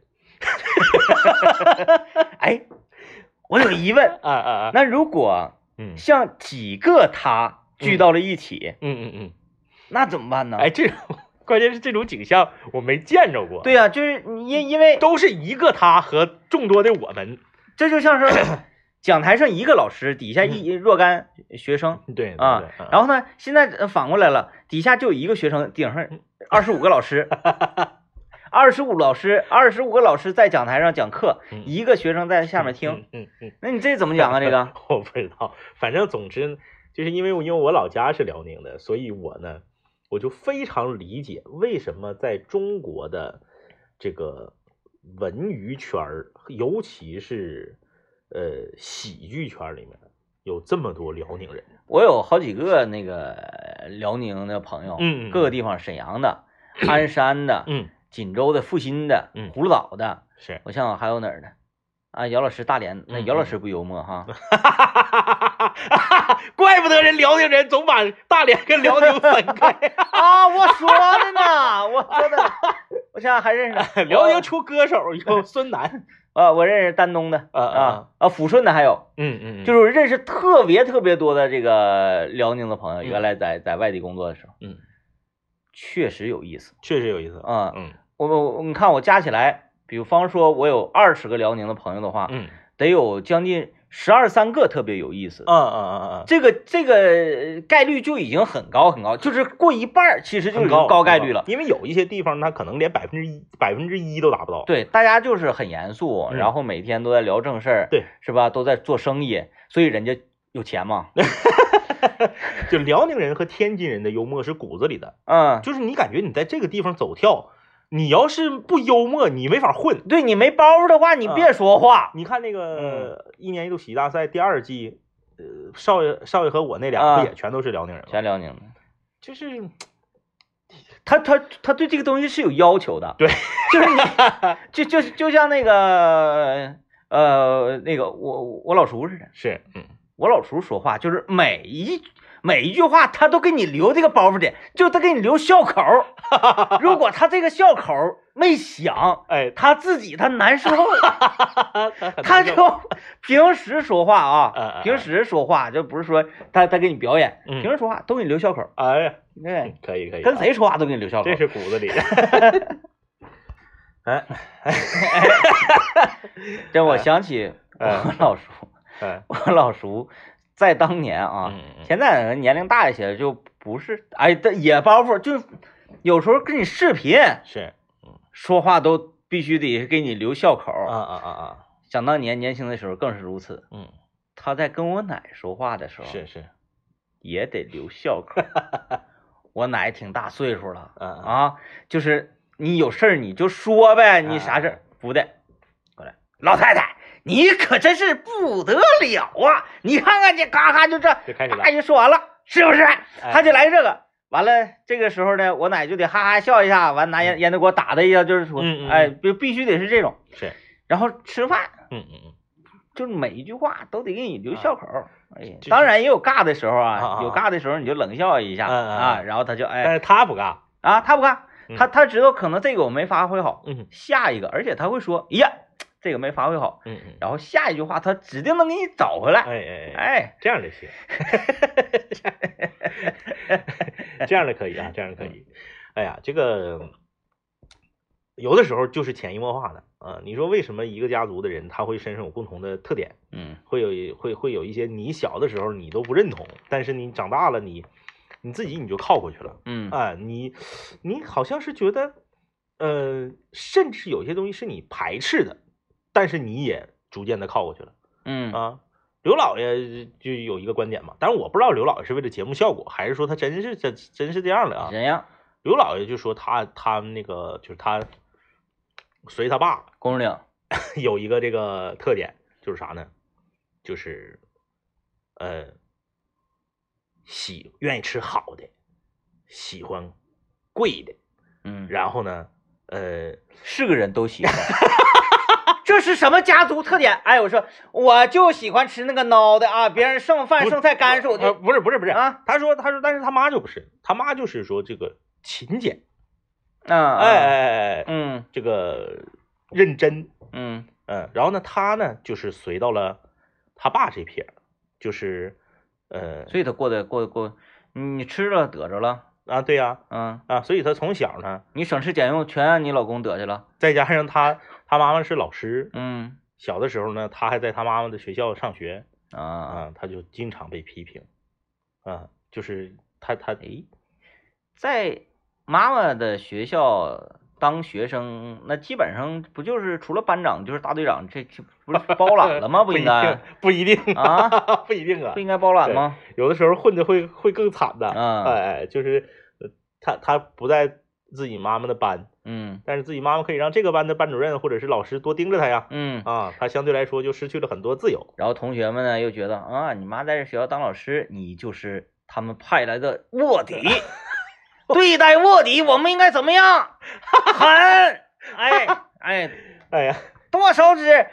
S1: 哎，我有疑 问，
S2: 啊啊啊！
S1: 那如果
S2: 嗯
S1: 像几个他聚到了一起，
S2: 嗯嗯嗯，
S1: 那怎么办呢？
S2: 哎，，这种 关键是这种景象我没见着过。，
S1: 对呀、就是你因因为
S2: 都是一个他和众多的我们。
S1: 这就像 是讲台上一个老师，底下一若干学生。
S2: 嗯对嗯
S1: 啊，然
S2: 后
S1: 后呢？现在呃反过来了，底下就一个学生，顶
S2: 嗯
S1: 上二十五个老师，二十五老师，二十五个老师在讲台上讲课，
S2: 嗯
S1: 一个学生在下面听，，
S2: 嗯嗯，
S1: 那你这怎么讲啊？这个，
S2: 我不知道，反正总之就是因为我因为我老家是辽宁的，所以我呢我就非常理解为什么在中国的这个文娱圈儿，尤其是呃喜剧圈儿里面有这么多辽宁人。
S1: 我有好几个那个辽宁的朋友，
S2: 嗯嗯
S1: 各个地方，沈阳的、鞍山的、
S2: 嗯，
S1: 锦州的、阜新的、
S2: 嗯
S1: 葫芦岛的，
S2: 是。
S1: 我想想还有哪儿呢？啊，姚老师大连，那
S2: 嗯
S1: 姚老
S2: 嗯
S1: 师不幽默哈，
S2: 怪不得人辽宁人总把大连跟辽宁分开。
S1: 啊，我说的呢，我说的，我想想还认 识
S2: 辽宁出歌手有孙楠，
S1: 啊，我认识丹东的
S2: 啊啊
S1: 啊啊，抚顺的还有，
S2: 嗯嗯
S1: 就是是我认识特别特别多的这个辽宁的朋友，原
S2: 嗯
S1: 来在在外地工作的时候，
S2: 嗯，
S1: 确实有意思
S2: 确实有意思。
S1: 啊。
S2: 嗯
S1: 我我我你看我加起来，比方说我有二十个辽宁的朋友的话，
S2: 嗯
S1: 得有将近十二三个特别有意思
S2: 嗯。嗯嗯
S1: 这个这个呃概率就已经很高很高，就是过一半儿，其实
S2: 嗯，
S1: 就已经高概率了。
S2: 因为有一些地方他可能连百分之一百分之一都达不到。
S1: 对，大家就是很严肃，
S2: 嗯
S1: 然后每天都在聊正事儿，
S2: 对，
S1: 是吧？都在做生意，所以人家有钱嘛。
S2: 就辽宁人和天津人的幽默是骨子里的，
S1: 嗯，
S2: 就是你感觉你在这个地方走跳，你要是不幽默，你没法混。
S1: 对你没包袱的话，你别说话。
S2: 你看那
S1: 嗯
S2: 个一年一度喜剧大赛第二季，呃，少爷少爷和我那
S1: 啊
S2: 俩不也全都是辽宁人吗？
S1: 全辽宁的，
S2: 就是
S1: 他他他对这个东西是有要求的，
S2: 对，
S1: 就是 你，就就是就像那个呃那个我我老叔似的，
S2: 是，嗯，
S1: 我老叔说话就是每一每一句话，他都给你留这个包袱点，就他给你留笑口 儿。如果他这个笑口儿没响，
S2: 哎，
S1: 他自己他难受，他
S2: 他
S1: 就 平时说话
S2: 嗯嗯
S1: 啊，
S2: 嗯
S1: 平时说话就不是说他他给你表演，
S2: 嗯
S1: 平时说话都给你留笑口儿，
S2: 哎呀，
S1: 对，
S2: 可以可以，
S1: 跟？谁说话都给你留笑口
S2: 这
S1: 儿。
S2: 是骨 子里。哎
S1: 这我想起
S2: 嗯
S1: 我老叔，
S2: 哎，
S1: 我老叔在当年啊，
S2: 嗯嗯
S1: 现在年龄大一些就不是，哎，这也包袱，就是有时候跟你视频
S2: 是，
S1: 说话都必须得给你留笑口儿。
S2: 啊啊啊啊，
S1: 想当年年轻的时候更是如此，
S2: 嗯，
S1: 他在跟我奶说话的时候
S2: 是是，
S1: 也得留笑口儿。 我奶挺大岁数了
S2: 嗯啊，
S1: 啊，就是你有事儿你就说呗，你啥
S2: 哎
S1: 事儿不对，过来，老太太。你可真是不得了啊！你看看这嘎嘎就这，
S2: 就开始了
S1: 大。爷说完了，是不是？
S2: 哎
S1: 他就来这个。完了，这个时候呢，我奶就得哈哈笑一下，完拿烟烟头给我打他一下，就是说，
S2: 嗯嗯嗯嗯
S1: 哎，必必须得是这种。
S2: 是，
S1: 然后吃饭，
S2: 嗯嗯嗯，
S1: 就是每一句话都得给你留笑口儿。哎呀，
S2: 就是
S1: 当然也有尬的时候啊，
S2: 啊啊啊
S1: 有尬的时候你就冷笑一下、
S2: 嗯嗯嗯
S1: 啊，然后他就
S2: 但
S1: 哎
S2: 是他不尬。
S1: 啊，他不尬，
S2: 嗯
S1: 他他知道可能这个我没发挥好，
S2: 嗯
S1: 下一个，而且他会说，哎呀，这个没发挥好，
S2: 嗯嗯，
S1: 然后下一句话他指定能给你找回来。
S2: 哎哎哎，
S1: 哎，
S2: 这样的行，嗯这样的可以啊，这样的可以。哎呀，这个有的时候就是潜移默化的啊。你说为什么一个家族的人他会身上有共同的特点，
S1: 嗯
S2: 会有会会有一些你小的时候你都不认同，但是你长大了你你自己你就靠过去了，
S1: 嗯
S2: 啊，你你好像是觉得，呃，甚至有些东西是你排斥的，但是你也逐渐的靠过去了。
S1: 嗯
S2: 啊，刘老爷就有一个观点嘛，但是我不知道刘老爷是为了节目效果，还是说他真是真真是这样的啊？
S1: 怎样？
S2: 刘老爷就说他他那个就是他随他爸
S1: 公主岭，
S2: 有一个这个特点，就是啥呢？就是呃，喜愿意吃好的，喜欢贵的，
S1: 嗯，
S2: 然后呢，呃，
S1: 是个人都喜欢。 这是什么家族特点？哎，我说我就喜欢吃那个孬的啊，别人剩
S2: 不
S1: 饭
S2: 是
S1: 剩菜干是我
S2: 呃
S1: 就
S2: 不是不是不是，
S1: 啊
S2: 他说他说，但是他妈就不是，他妈就是说这个勤俭，
S1: 嗯
S2: 哎哎哎哎，
S1: 嗯
S2: 这个认真，
S1: 嗯
S2: 嗯，然后呢，他呢就是随到了他爸这撇儿，就是，呃
S1: 所以他过得过得过，你吃了得着了，
S2: 啊，对呀、
S1: 嗯，
S2: 啊，所以他从小呢，
S1: 你省吃俭用全让你老公得去了，
S2: 再加上他他妈妈是老师，
S1: 嗯
S2: 小的时候呢，他还在他妈妈的学校上学
S1: 啊，
S2: 啊，他就经常被批评，啊，就是他他诶，
S1: 在妈妈的学校当学生，那基本上不就是除了班长就是大队长，这这不是包揽 了吗？不
S2: 不一
S1: 应该
S2: 定，不一定
S1: 啊，
S2: 不一定啊
S1: 不，应该包揽吗？
S2: 有的时候混的会会更惨的，
S1: 啊
S2: 哎哎，就是呃他他不在自己妈妈的班。
S1: 嗯
S2: 但是自己妈妈可以让这个班的班主任或者是老师多盯着他呀。
S1: 嗯。
S2: 啊，他相对来说就失去了很多自由。
S1: 然后同学们呢又觉得啊，你妈在这学校当老师，你就是他们派来的卧 底，对待卧底我们应该怎么 样？狠，哎哎，
S2: 哎呀，
S1: 剁手指，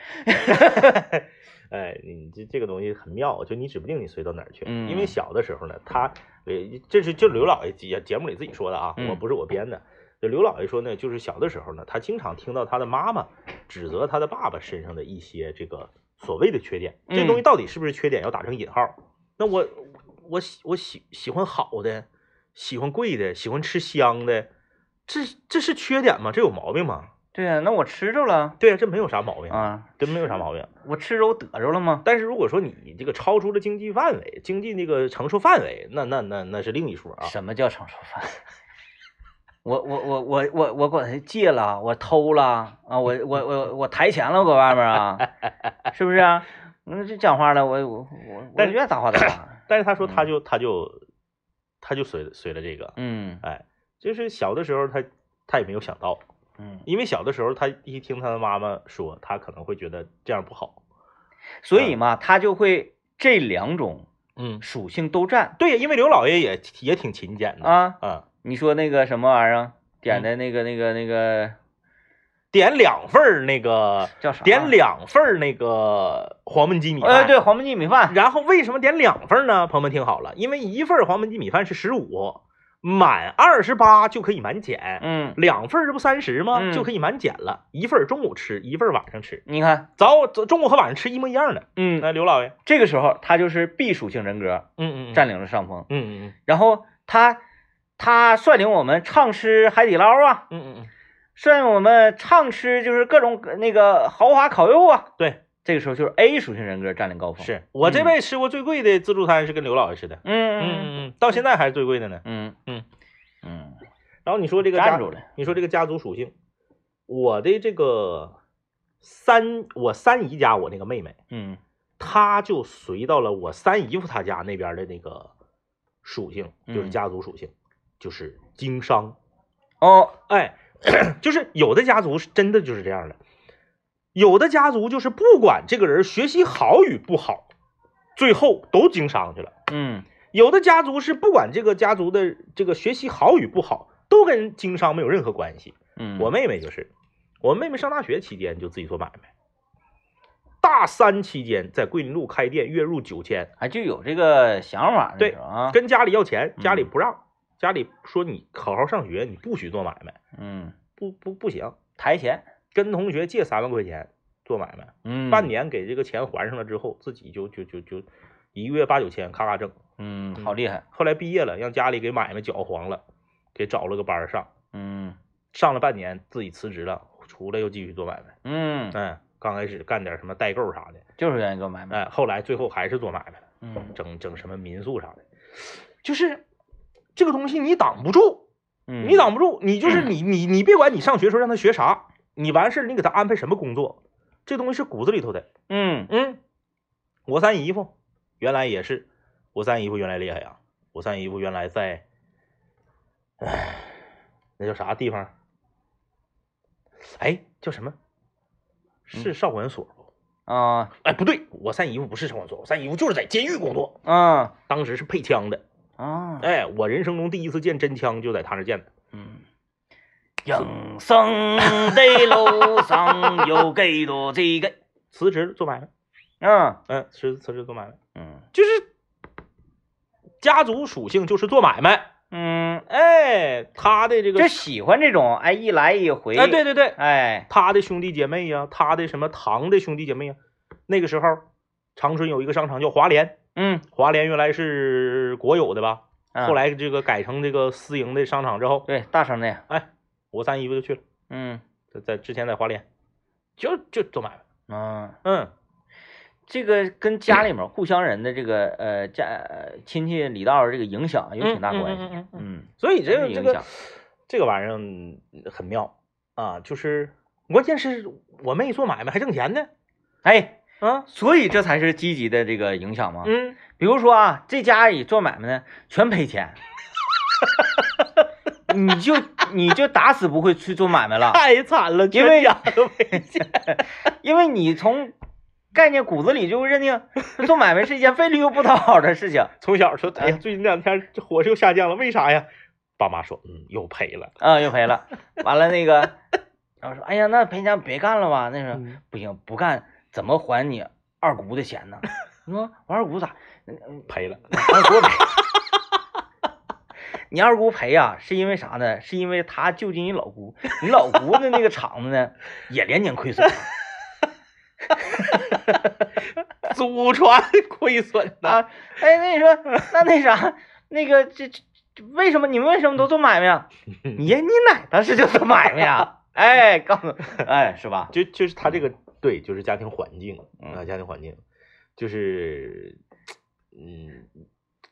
S2: 哎，你这这个东西很妙，就你指不定你随到哪儿去。
S1: 嗯
S2: 因为小的时候呢，他呃，这是就刘老爷节节目里自己说的啊，
S1: 嗯
S2: 我不是我编的。就刘老爷说呢，就是小的时候呢，他经常听到他的妈妈指责他的爸爸身上的一些这个所谓的缺点。
S1: 嗯
S2: 这东西到底是不是缺点，要打成引号。那我我喜我喜喜欢好的，喜欢贵的，喜欢吃香的，这这是缺点吗？这有毛病吗？
S1: 对啊，那我吃着了
S2: 对啊，这没有啥毛病，
S1: 啊，
S2: 真没有啥毛病。
S1: 我吃着我得着了吗？
S2: 但是如果说你这个超出了经济范围、经济那个承受范围，那那那那是另一说啊。
S1: 什么叫长寿饭？我我我我我我管他借了，我偷了啊！我我我我抬钱了，我搁外面 啊，是不是啊？那这讲话了，我我我我
S2: 但是
S1: 愿咋话咋 话。
S2: 但是他说
S1: 嗯
S2: 他就、他就他就随随了这个，
S1: 嗯
S2: 哎，就是小的时候他他也没有想到，
S1: 嗯，
S2: 因为小的时候他一听他的妈妈说，他可能会觉得这样不好。
S1: 所以嘛，他就会这两种
S2: 嗯，
S1: 属性都占
S2: 对呀，因为刘老爷也也挺勤俭的
S1: 啊。
S2: 啊，
S1: 你说那个什么玩意儿啊点的那个那个那个
S2: 点两份儿那个
S1: 叫啥？
S2: 点两份儿那个黄焖鸡米饭。
S1: 呃，对，黄焖鸡米饭。
S2: 然后为什么点两份呢？朋友们听好了，因为一份黄焖鸡米饭是十五，满二十八就可以满减，
S1: 嗯，
S2: 两份儿这不三十吗？
S1: 嗯
S2: 就可以满减了。一份儿中午吃，一份儿晚上吃，
S1: 你看，
S2: 早早中午和晚上吃一模一样的。
S1: 嗯，
S2: 那刘老爷，
S1: 这个时候他就是 B 属性人格
S2: 嗯
S1: 占，领了上风，
S2: 嗯嗯
S1: 然后他他率领我们畅吃海底捞啊，
S2: 嗯嗯嗯，
S1: 率领我们畅吃就是各种那个豪华烤肉啊。
S2: 对，
S1: 这个时候就是 A 属性人格占领高峰。，
S2: 是我这辈子吃过最贵的自助餐是跟刘老爷吃的，
S1: 嗯嗯嗯
S2: 嗯嗯，到现在还是最贵的呢。
S1: 嗯
S2: 嗯
S1: 嗯
S2: 然后你说这
S1: 嗯，
S2: 个家
S1: 站住，了。
S2: 你说这个家族属性，我的这个三，我三姨家我那个妹妹。
S1: 嗯。
S2: 他就随到了我三姨夫他家那边的那个属性，就是
S1: 嗯
S2: 家族属性，就是经商。
S1: 哦，
S2: 哎， 就是有的家族是真的就是这样的，有的家族就是不管这个人学习好与不好，最后都经商去了；
S1: 嗯
S2: 有的家族是不管这个家族的这个学习好与不好，都跟经商没有任何关系。
S1: 嗯，
S2: 我妹妹就是，我妹妹上大学期间就自己做买卖，大三期间在桂林路开店，月入九千。
S1: 还就有这个想法，
S2: 对
S1: 啊，
S2: 跟家里要钱，
S1: 嗯
S2: 家里不让，家里说你好好上学，你不许做买卖，
S1: 嗯，
S2: 不不不行。
S1: 抬钱，
S2: 跟同学借三万块钱做买卖，
S1: 嗯，
S2: 半，年给这个钱还上了之后，自己就就就就一个月八九千，咔咔挣。
S1: 嗯，好厉害，
S2: 后来毕业了，让家里给买卖搅黄了，给找了个班儿上。
S1: 嗯
S2: 上了半年，自己辞职了，出来又继续做买卖。
S1: 嗯，
S2: 嗯，刚开始干点什么代购啥的，
S1: 就是愿意做买卖。
S2: 哎，后来最后还是做买卖了，
S1: 嗯
S2: 整整什么民宿啥的，就是这个东西你挡不住，
S1: 嗯，
S2: 你挡不住，你就是你你你别管你上学时候让他学啥，你完事儿你给他安排什么工作，这东西是骨子里头的。
S1: 嗯
S2: 嗯，我三姨夫原来也是，我三姨夫原来厉害呀、我三姨夫原来在，哎，那叫啥地方？哎，叫什么？
S1: 嗯
S2: 是少管所不？
S1: 啊
S2: 哎，不对，我三姨夫不是少管所，我三姨夫就是在监狱工作，
S1: 啊
S2: 当时是配枪的。
S1: 啊，
S2: 哎，我人生中第一次见真枪，就在他那见的。
S1: 嗯。人生的路上有几多这个？
S2: 辞职做买卖，
S1: 嗯
S2: 嗯，辞辞职做买卖，
S1: 嗯
S2: 就是家族属性就是做买卖。
S1: 嗯，
S2: 哎，他的这个
S1: 就喜欢这种哎一来一回。
S2: 哎，对，对对，
S1: 哎，
S2: 他的兄弟姐妹呀、他的什么堂的兄弟姐妹呀、那个时候，长春有一个商场叫华联，
S1: 嗯，
S2: 华联原来是国有的吧，
S1: 嗯
S2: 后来这个改成这个私营的商场之后，
S1: 对大商店，
S2: 哎，我三姨夫就去了，
S1: 嗯
S2: 在在之前在华联，就就做买卖，
S1: 嗯，
S2: 嗯，
S1: 这个跟家里面互相人的这个呃家呃亲戚里道儿这个影响有挺大关系。
S2: 系，
S1: 嗯
S2: 所以这
S1: 真
S2: 个
S1: 是
S2: 这
S1: 影
S2: 个
S1: 响
S2: 这个玩意儿嗯很妙啊，就是关键是我妹做买卖还挣钱呢，
S1: 哎，
S2: 啊，
S1: 所以这才是积极的这个影响嘛。
S2: 嗯，
S1: 比如说啊，这家里做买卖呢，全赔钱，你就你就打死不会去做买 卖了，
S2: 太惨了，
S1: 因为
S2: 全家都 没钱，
S1: 因为你从概念骨子里就认定做买卖是一件费力又不讨好的事情
S2: 从小说，
S1: 嗯
S2: 哎呀，最近这两天这伙食又下降了，为啥呀？爸妈说，嗯，又赔了。
S1: 啊，又赔了。完了那个，然后说，哎呀，那赔钱别干了吧，那是
S2: 嗯
S1: 不行，不干怎么还你二姑的钱呢？你说我二姑咋？
S2: 赔了，
S1: 二姑赔。你二姑赔呀、是因为啥呢？是因为她就近你老姑，你老姑的那个厂子呢，也连年亏损。
S2: 祖传亏损呐、
S1: 啊，哎，那你说，那那啥，那个这这这为什么你们为什么都做买卖呀、你 爷你奶当时就做买卖呀、 哎，告诉，哎，是 吧？
S2: 就就是他这个对，就是家庭环境
S1: 嗯
S2: 啊，家庭环境，就是，嗯，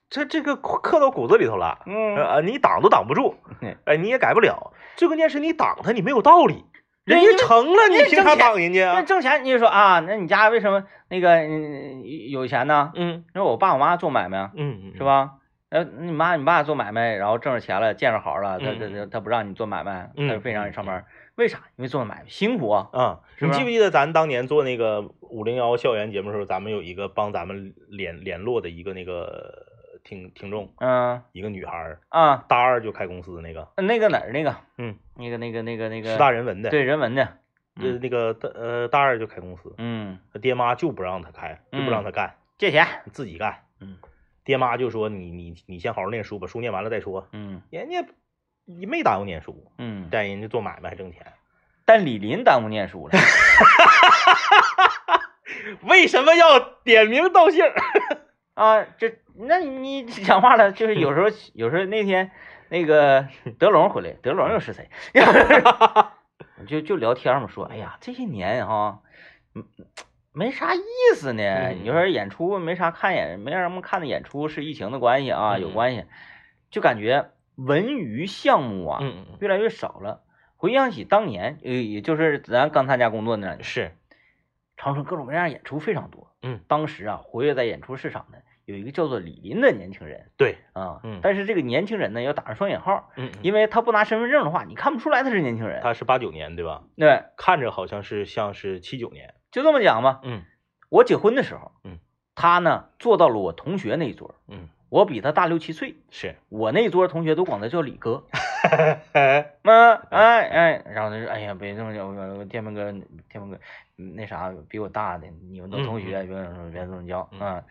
S2: 这这个刻到骨子里头了，
S1: 嗯，
S2: 啊，你挡都挡不住，哎，你也改不了。最关键是你挡他，你没有道理，
S1: 对
S2: 人
S1: 因为
S2: 家成了，
S1: 因
S2: 你
S1: 为
S2: 凭啥
S1: 挣钱
S2: 挡人家
S1: 那
S2: 啊？
S1: 挣钱你就说啊，那你家为什么那个嗯有钱呢？
S2: 嗯
S1: 那我爸我妈做买卖啊
S2: 嗯，
S1: 是？吧？呃，你妈你爸做买卖，然后挣着钱了，见着好了，他他
S2: 嗯
S1: 他他不让你做买卖，
S2: 嗯
S1: 他就非让你上班，为啥？因为做买卖辛苦啊。
S2: 啊，
S1: 是
S2: 你
S1: 吧
S2: 记不记得咱当年做那个五零幺校园节目的时候，咱们有一个帮咱们联联络的一个那个听听众，
S1: 嗯
S2: 一个女孩儿，
S1: 啊，
S2: 大二就开公司的那个，
S1: 那个哪儿那个，
S2: 嗯，
S1: 那个那个那个那个
S2: 师大人文的，，
S1: 对人文的，
S2: 呃，那个大呃大二就开公司，
S1: 嗯，
S2: 他爹妈就不让他开，就不让他干，
S1: 借钱，
S2: 你自己干，
S1: 嗯，
S2: 爹妈就说你你你先好好念书吧，书念完了再说，
S1: 嗯
S2: 人家你没耽误念书，
S1: 嗯，
S2: 但人家做买卖还挣钱，
S1: 但李林耽误念书了，
S2: 为什么要点名道姓儿？
S1: 啊，这那你讲话了，就是有时候有时候那天那个德龙回来，德龙又是谁？ 就就聊天嘛，说哎呀，这些年哈，嗯没啥意思呢。
S2: 嗯
S1: 你说演出没啥看演，没让我们看的演出是疫情的关系啊，有
S2: 嗯
S1: 关系，就感觉文娱项目啊
S2: 嗯嗯
S1: 越来越少了。回想起当年，呃，也就是咱刚参加工作那两
S2: 嗯，
S1: 年，
S2: 是，
S1: 长春各种各样的演出非常多。
S2: 嗯，
S1: 当时啊，活跃在演出市场的有一个叫做李林的年轻人
S2: 对，
S1: 啊，
S2: 嗯
S1: 但是这个年轻人呢要打上双引号，
S2: 嗯，因为
S1: 因为他不拿身份证的话，你看不出来他是年轻人。
S2: 他是八九年对吧？
S1: 对，
S2: 看着好像是像是七九年，
S1: 就这么讲吧。
S2: 嗯
S1: 我结婚的时候，
S2: 嗯，
S1: 他呢坐到了我同学那一桌，
S2: 嗯，
S1: 我比他大六七岁，
S2: 是，
S1: 我那一桌同学都管他叫李哥。嗯，哎哎，然后他说，哎呀，别这么叫，我我天明哥，天明哥，那啥比我大的，你们都同学，别这么别这么叫
S2: 嗯
S1: 啊，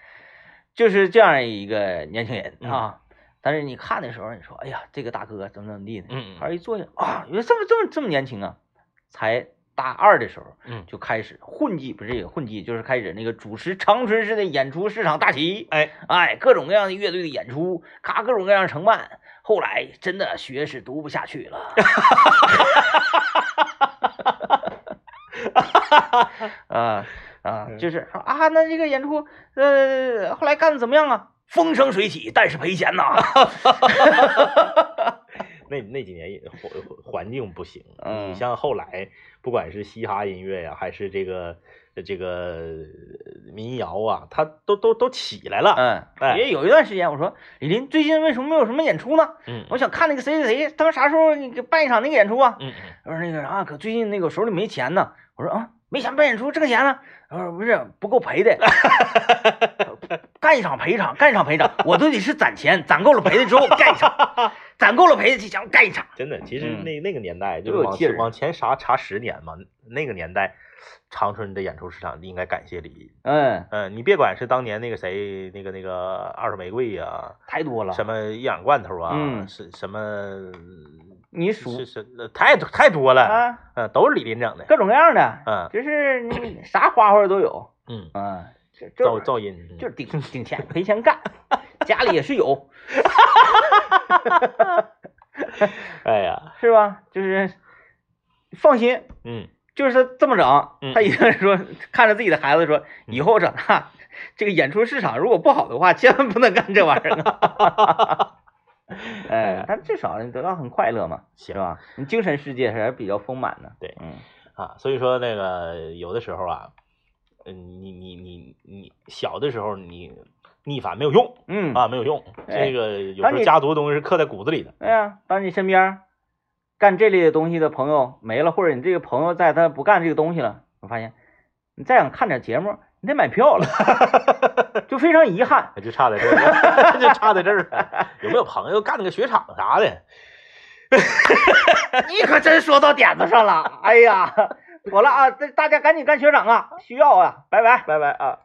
S1: 就是这样一个年轻人
S2: 嗯
S1: 啊。但是你看的时候，你说，哎呀，这个大哥怎么怎么地呢？
S2: 嗯
S1: 后来一坐下啊，原来这么这么这么年轻啊，才大二的时候
S2: 嗯，
S1: 就开始混迹，不是也混迹，就是开始那个主持长春市的演出市场大旗。
S2: 哎，
S1: 哎，各种各样的乐队的演出，咔，各种各样承办。后来真的学是读不下去了。啊啊，就是说啊，那这个演出，呃，后来干的怎么样啊？风生水起，但是赔钱 呐。
S2: 那那几年也环环境不行，
S1: 嗯
S2: 你像后来不管是嘻哈音乐呀、还是这个这个民谣啊，它都都都起来了。
S1: 嗯
S2: 哎，
S1: 也有一段时间，我说李林最近为什么没有什么演出呢？
S2: 嗯
S1: 我想看那个谁谁谁，他们啥时候你给办一场那个演出啊？
S2: 嗯
S1: 我说那个啊，可最近那个手里没钱呢。我说啊，没钱办演出挣钱呢。他说不是不够赔 的，干一场赔一场，干一场赔一场，我都得是攒钱，攒够了赔的之后干一 场，攒够了赔的就想干一场。
S2: 真的，其实
S1: 嗯
S2: 那那个年代就
S1: 都
S2: 是
S1: 有
S2: 往
S1: 劲儿
S2: 往前查查十年嘛，那个年代长春的演出市场应该感谢李银。
S1: 嗯，
S2: 嗯，你别管是当年那个谁，那个那个二手玫瑰呀、
S1: 太多了。
S2: 什么一氧罐头啊，
S1: 嗯
S2: 是什么
S1: 你数
S2: 是是呃太多太多了，
S1: 啊，
S2: 嗯，都是李林整的。
S1: 各种各样的，
S2: 嗯
S1: 就是 你啥花花都有。
S2: 嗯，
S1: 嗯，这这
S2: 噪噪音嗯
S1: 就是顶顶钱赔钱 干，家里也是有，
S2: 哎呀，
S1: 是吧？就是放心，
S2: 嗯，
S1: 就是这么整
S2: 嗯。
S1: 他一定说看着自己的孩子说，以后长大这个演出市场如果不好的话，千万不能干这玩意 儿啊。哎，但至少你得到很快乐嘛，是
S2: 行
S1: 吧？你精神世界还是比较丰满的。
S2: 对
S1: 嗯
S2: 啊，所以说那个有的时候啊，嗯，你你你你小的时候你逆反没有用
S1: 嗯
S2: 啊，没有用，
S1: 哎
S2: 这个有时
S1: 当
S2: 候
S1: 你
S2: 家族的东西是刻在骨子里的。
S1: 对哎呀，当你身边干这类的东西的朋友没了，或者你这个朋友在他不干这个东西了，我发现你再想看点节目，你得买票 了，就非常遗憾。
S2: 就差在这儿， 就差在这儿了。有没有朋友干个雪场啥的？
S1: 你可真说到点子上了，哎呀，妥了啊，这大家赶紧干学长啊，需要啊，拜拜。
S2: 拜拜啊！